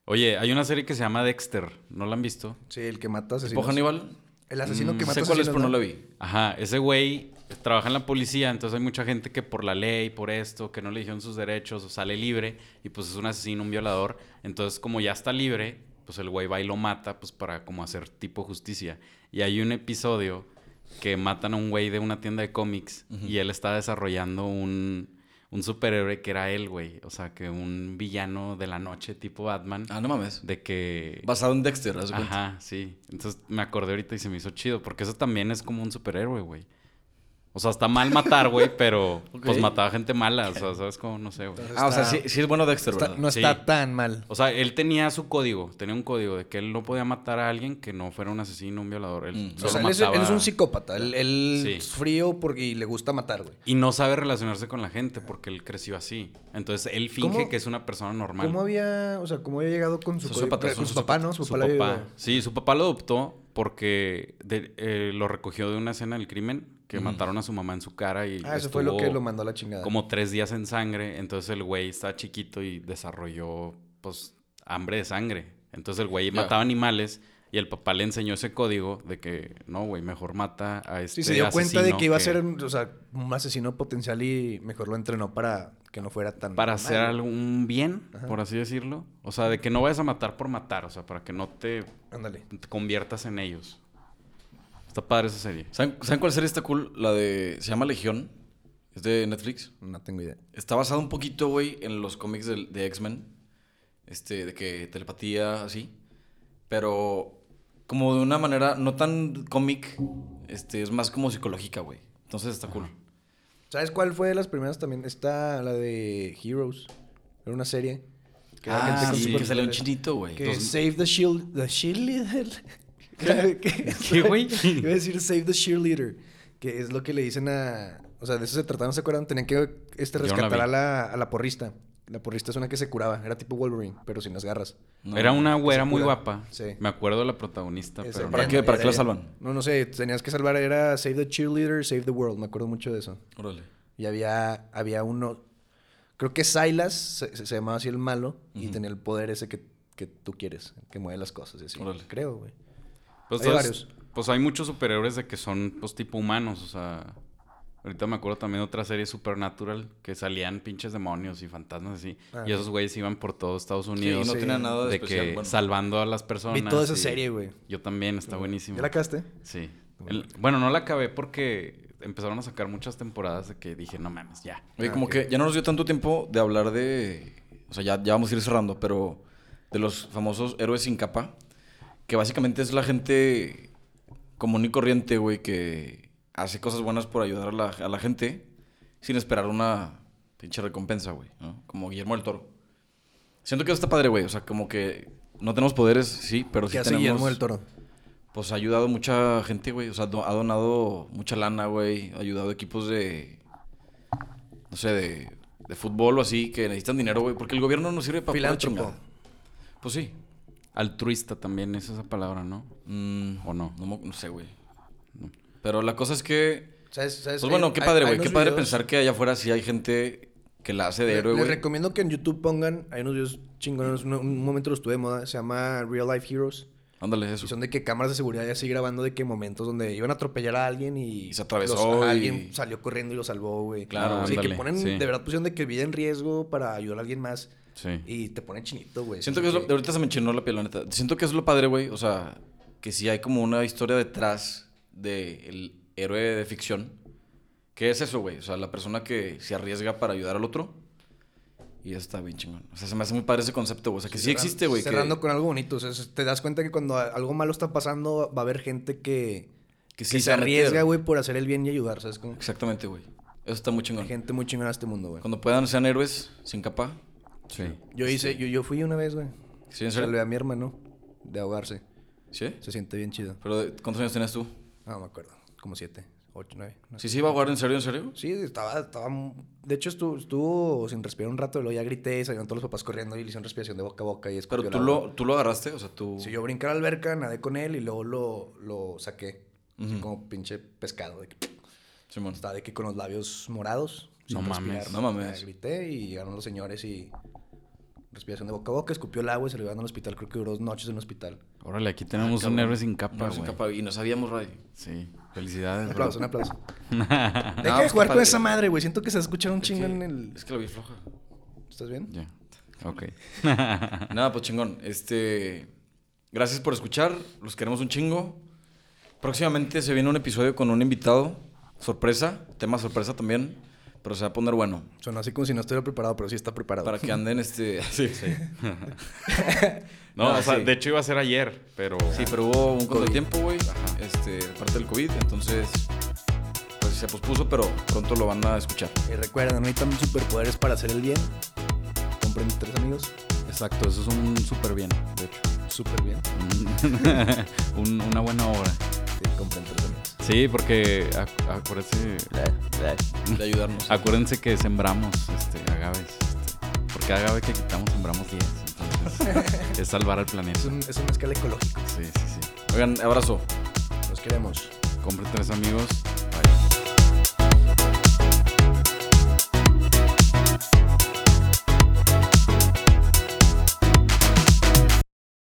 Speaker 3: Oye, hay una serie que se llama Dexter. ¿No la han visto?
Speaker 2: Sí, el que mata asesinos.
Speaker 1: ¿Tipo Hannibal?
Speaker 2: El asesino que
Speaker 1: Mm, sé
Speaker 2: mata
Speaker 1: cuál es,
Speaker 2: asesinos,
Speaker 1: pero no la
Speaker 2: ¿no?
Speaker 1: vi.
Speaker 3: Ajá, ese güey trabaja en la policía, entonces hay mucha gente que por la ley, por esto, que no le dijeron sus derechos, o sale libre y pues es un asesino, un violador. Entonces, como ya está libre, pues el güey va y lo mata, pues para como hacer tipo justicia. Y hay un episodio que matan a un güey de una tienda de cómics y él está desarrollando un, un superhéroe que era él, güey. O sea, que un villano de la noche tipo Batman,
Speaker 1: Ah, no mames.
Speaker 3: de que...
Speaker 1: Basado en Dexter, haz de cuenta.
Speaker 3: Ajá, sí. Entonces me acordé ahorita y se me hizo chido, porque eso también es como un superhéroe, güey. O sea, está mal matar, güey, pero
Speaker 1: Ok.
Speaker 3: pues mataba gente mala, o sea, ¿sabes cómo? No sé, güey.
Speaker 2: Entonces
Speaker 1: Ah, o sea,
Speaker 2: está-
Speaker 1: sí, sí es bueno Dexter,
Speaker 2: está-
Speaker 1: ¿verdad?
Speaker 2: no
Speaker 3: Sí.
Speaker 2: está tan mal.
Speaker 3: O sea, él tenía su código, tenía un código de que él no podía matar a alguien que no fuera un asesino, un violador. Él
Speaker 1: Mm.
Speaker 3: solo
Speaker 2: O sea, él es,
Speaker 3: mataba.
Speaker 2: él es un psicópata. Él, él
Speaker 3: Sí.
Speaker 2: es frío porque y le gusta matar, güey.
Speaker 3: Y no sabe relacionarse con la gente porque él creció así. Entonces él finge
Speaker 2: ¿Cómo?
Speaker 3: que es una persona normal.
Speaker 2: ¿Cómo había, o sea, cómo había llegado con su,
Speaker 1: Sus
Speaker 2: código-
Speaker 1: zapatos,
Speaker 2: con su
Speaker 1: sus
Speaker 2: papá, no? Su,
Speaker 3: Su
Speaker 2: papá le-
Speaker 3: papá. Sí, su papá lo adoptó porque de- eh, lo recogió de una escena del crimen que mataron a su mamá en su cara y
Speaker 2: Ah, eso fue lo que
Speaker 3: estuvo
Speaker 2: lo mandó a la chingada.
Speaker 3: como tres días en sangre. Entonces el güey estaba chiquito y desarrolló, pues, hambre de sangre. Entonces el güey
Speaker 1: Ya.
Speaker 3: mataba animales y el papá le enseñó ese código de que, no, güey, mejor mata a este
Speaker 2: Sí, se dio cuenta de
Speaker 3: asesino
Speaker 2: que iba a ser un- o sea, un asesino potencial y mejor lo entrenó para que no fuera tan.
Speaker 3: Para
Speaker 2: mal,
Speaker 3: hacer
Speaker 2: güey.
Speaker 3: algún bien,
Speaker 2: Ajá.
Speaker 3: por así decirlo. O sea, de que no vayas a matar por matar. O sea, para que no te
Speaker 2: Ándale.
Speaker 3: te conviertas en ellos. Está padre esa serie.
Speaker 1: ¿Saben, saben cuál serie está cool? La de... Se llama Legión. Es de Netflix.
Speaker 2: No tengo idea.
Speaker 1: Está basado un poquito, güey, en los cómics del- de, X-Men. Este, de que telepatía, así. Pero como de una manera no tan cómic, este, es más como psicológica, güey. Entonces está cool.
Speaker 2: ¿Sabes cuál fue de las primeras también? Está la de Heroes. Era una serie. Que era gente con
Speaker 1: Ah, sí, que
Speaker 2: superpoderes.
Speaker 1: salió un chinito, güey.
Speaker 2: Que
Speaker 1: Entonces,
Speaker 2: Save the Shield. The Cheerleader. ¿Qué,
Speaker 3: ¿Qué, güey?
Speaker 2: Iba a decir Save the Cheerleader. Que es lo que le dicen a. O sea, de eso se trataba, ¿no se acuerdan? Tenían que este,
Speaker 3: Yo no la
Speaker 2: rescatar
Speaker 3: vi.
Speaker 2: a, la, a la porrista. La porrista es una que se curaba. Era tipo Wolverine, pero sin las garras.
Speaker 1: no.
Speaker 3: Era una güera
Speaker 2: se
Speaker 3: muy
Speaker 2: cura.
Speaker 3: guapa.
Speaker 2: Sí.
Speaker 3: Me acuerdo de la protagonista,
Speaker 2: Ese,
Speaker 3: pero
Speaker 1: ¿Para
Speaker 3: no.
Speaker 1: qué? ¿Para qué la
Speaker 2: era-
Speaker 1: salvan?
Speaker 2: No, no sé. Tenías que salvar. Era Save the Cheerleader, Save the World. Me acuerdo mucho de eso.
Speaker 1: Órale.
Speaker 2: Y había, había uno. Creo que Silas se, se- se llamaba así el malo. Y
Speaker 1: Ujú.
Speaker 2: tenía el poder ese que, que tú quieres, que mueve las cosas. y así.
Speaker 1: Órale.
Speaker 2: Creo, güey.
Speaker 3: Pues,
Speaker 2: Hay
Speaker 3: todas-
Speaker 2: varios.
Speaker 3: pues hay muchos superhéroes de que son pues tipo humanos, o sea, ahorita me acuerdo también de otra serie Supernatural que salían pinches demonios y fantasmas así,
Speaker 2: Ah.
Speaker 3: y esos güeyes iban por todo Estados
Speaker 1: Sí, no
Speaker 3: Unidos
Speaker 2: sí.
Speaker 1: tenía nada de,
Speaker 3: de
Speaker 1: especial.
Speaker 3: que
Speaker 1: bueno.
Speaker 3: salvando a las personas.
Speaker 2: Vi toda esa
Speaker 3: y-
Speaker 2: serie, güey.
Speaker 3: Yo también, está buenísimo.
Speaker 2: ¿Ya la acabaste?
Speaker 1: Pues
Speaker 3: Sí.
Speaker 2: Bueno.
Speaker 3: El- bueno, no la acabé porque empezaron a sacar muchas temporadas de que dije, no mames, ya.
Speaker 1: Oye,
Speaker 2: Ah,
Speaker 1: como
Speaker 2: ok.
Speaker 1: que ya no nos dio tanto tiempo de hablar de. O sea, ya, ya vamos a ir cerrando, pero. De los famosos héroes sin capa. Que básicamente es la gente común y corriente, güey, que hace cosas buenas por ayudar a la, a la gente sin esperar una pinche recompensa, güey, ¿no? Como Guillermo del Toro. Siento que eso está padre, güey. O sea, como que no tenemos poderes, sí, pero sí
Speaker 2: ¿Qué hace
Speaker 1: tenemos.
Speaker 2: Guillermo del Toro?
Speaker 1: Pues ha ayudado mucha gente, güey. O sea, do- ha donado mucha lana, güey. Ha ayudado equipos de. No sé, de, de fútbol o así, que necesitan dinero, güey. Porque el gobierno no sirve para pura
Speaker 2: Filántropo.
Speaker 1: chingada. Pues sí.
Speaker 3: Altruista también es esa palabra, ¿no?
Speaker 1: Mm,
Speaker 3: ¿O no?
Speaker 1: No, mo- no sé, güey. Pero la cosa es que.
Speaker 2: ¿Sabes, sabes?
Speaker 1: Pues bueno,
Speaker 2: Hay-
Speaker 1: qué
Speaker 2: hay-
Speaker 1: padre,
Speaker 2: eh, hay
Speaker 1: güey.
Speaker 2: unos
Speaker 1: Qué padre
Speaker 2: videos-
Speaker 1: pensar que allá afuera sí hay gente que la hace de
Speaker 2: Le-
Speaker 1: héroe,
Speaker 2: Les
Speaker 1: güey.
Speaker 2: recomiendo que en YouTube pongan, hay unos videos chingones, un, un momento los tuve de moda, se llama Real Life Heroes.
Speaker 1: Ándale,
Speaker 2: Y
Speaker 1: eso.
Speaker 2: son de que cámaras de seguridad ya así grabando de que momentos donde iban a atropellar a alguien y...
Speaker 1: Y se atravesó
Speaker 2: los- ajá,
Speaker 1: y-
Speaker 2: Alguien salió corriendo y lo salvó, güey.
Speaker 1: Claro,
Speaker 2: Así que
Speaker 3: ándale,
Speaker 2: ponen,
Speaker 3: sí.
Speaker 2: de verdad pusieron de que vida en riesgo para ayudar a alguien más.
Speaker 3: Sí.
Speaker 2: Y te ponen chinito, güey.
Speaker 1: Siento que es lo, de ahorita se me enchinó la piel, la neta. Siento que es lo padre, güey. O sea, que sí hay como una historia detrás del héroe de ficción. ¿Qué es eso, güey? O sea, la persona que se arriesga para ayudar al otro. Y eso está bien chingón. O sea, se me hace muy padre ese concepto, güey. O sea, que sí,
Speaker 2: Cerran-
Speaker 1: existe, güey. que-
Speaker 2: Cerrando con algo bonito. O sea, es- te das cuenta que cuando a- algo malo está pasando, va a haber gente que,
Speaker 1: Que
Speaker 2: que
Speaker 1: sí
Speaker 2: se,
Speaker 1: se va a meter.
Speaker 2: arriesga, güey, por hacer el bien y ayudar. ¿Sabes? Como
Speaker 1: Exactamente, güey. Eso está muy
Speaker 2: hay
Speaker 1: chingón.
Speaker 2: gente muy chingona en este mundo, güey.
Speaker 1: Cuando puedan, sean héroes, sin capa.
Speaker 3: Sí.
Speaker 2: Yo hice, yo, yo fui una vez, güey.
Speaker 1: ¿Sí, en
Speaker 2: Salvé
Speaker 1: serio?
Speaker 2: a mi hermano de ahogarse.
Speaker 1: ¿Sí?
Speaker 2: Se siente bien chido. Ah,
Speaker 1: ¿Pero de- cuántos años tenías tú?
Speaker 2: No me acuerdo. Como siete, ocho, nueve. no sé.
Speaker 1: ¿Sí se iba a jugar en serio, en serio?
Speaker 2: Sí, estaba, estaba. mu- De hecho, estuvo, estuvo sin respirar un rato. y Luego ya grité y salieron todos los papás corriendo y le hicieron respiración de boca a boca. Y
Speaker 1: Pero
Speaker 2: escupió
Speaker 1: tú
Speaker 2: el agua.
Speaker 1: lo, tú lo agarraste, o sea, tú...
Speaker 2: Si yo brinqué a la alberca, nadé con él y luego lo, lo saqué. Así como pinche pescado. De que,
Speaker 1: Simón.
Speaker 2: estaba de que con los labios morados.
Speaker 3: No mames,
Speaker 1: no mames.
Speaker 2: Ya Grité y llegaron los señores y respiración de boca a boca, escupió el agua y se lo llevaron al hospital. Creo que duró dos noches en el hospital.
Speaker 3: Órale, aquí tenemos un
Speaker 1: cabrón.
Speaker 3: Ah, héroe sin capa,
Speaker 1: No, es
Speaker 3: güey.
Speaker 1: incapaz- y no sabíamos, Ray.
Speaker 3: Sí,
Speaker 2: Un
Speaker 3: felicidades, bro.
Speaker 2: aplauso, un aplauso.
Speaker 1: No,
Speaker 2: Deja de
Speaker 1: pues,
Speaker 2: jugar
Speaker 1: qué
Speaker 2: con
Speaker 1: padre.
Speaker 2: esa madre, güey. Siento que se escucha un
Speaker 1: Es
Speaker 2: chingo
Speaker 1: que-
Speaker 2: en el.
Speaker 1: Es que la vi floja.
Speaker 2: ¿Estás bien?
Speaker 3: Ya. Ok.
Speaker 1: Nada, pues chingón. Este. Gracias por escuchar. Los queremos un chingo. Próximamente se viene un episodio con un invitado. Sorpresa. Tema sorpresa también. Pero se va a poner bueno.
Speaker 2: Sonó así como si no estuviera preparado, pero sí está preparado.
Speaker 1: Para que anden este. Sí, sí.
Speaker 3: No,
Speaker 1: No,
Speaker 3: o sea,
Speaker 1: sí.
Speaker 3: de hecho iba a ser ayer, pero.
Speaker 1: Sí, pero hubo un contratiempo, güey. Este, parte del COVID. Entonces. Pues se pospuso, pero pronto lo van a escuchar.
Speaker 2: Y recuerden, no necesitan superpoderes para hacer el bien. Compren tres amigos.
Speaker 3: Exacto, eso es un súper bien, de hecho.
Speaker 2: Súper bien.
Speaker 3: Un- una buena obra.
Speaker 2: Sí, compren tres amigos.
Speaker 3: Sí, porque ac- acuérdense,
Speaker 1: De ayudarnos.
Speaker 3: acuérdense que sembramos este, agaves. este, por cada agave que quitamos, sembramos 10. Entonces, es salvar al planeta.
Speaker 2: Es,
Speaker 3: Sí,
Speaker 2: un, es una escala ecológica.
Speaker 3: sí, sí.
Speaker 1: Oigan, abrazo.
Speaker 2: Los queremos.
Speaker 3: Compre tres amigos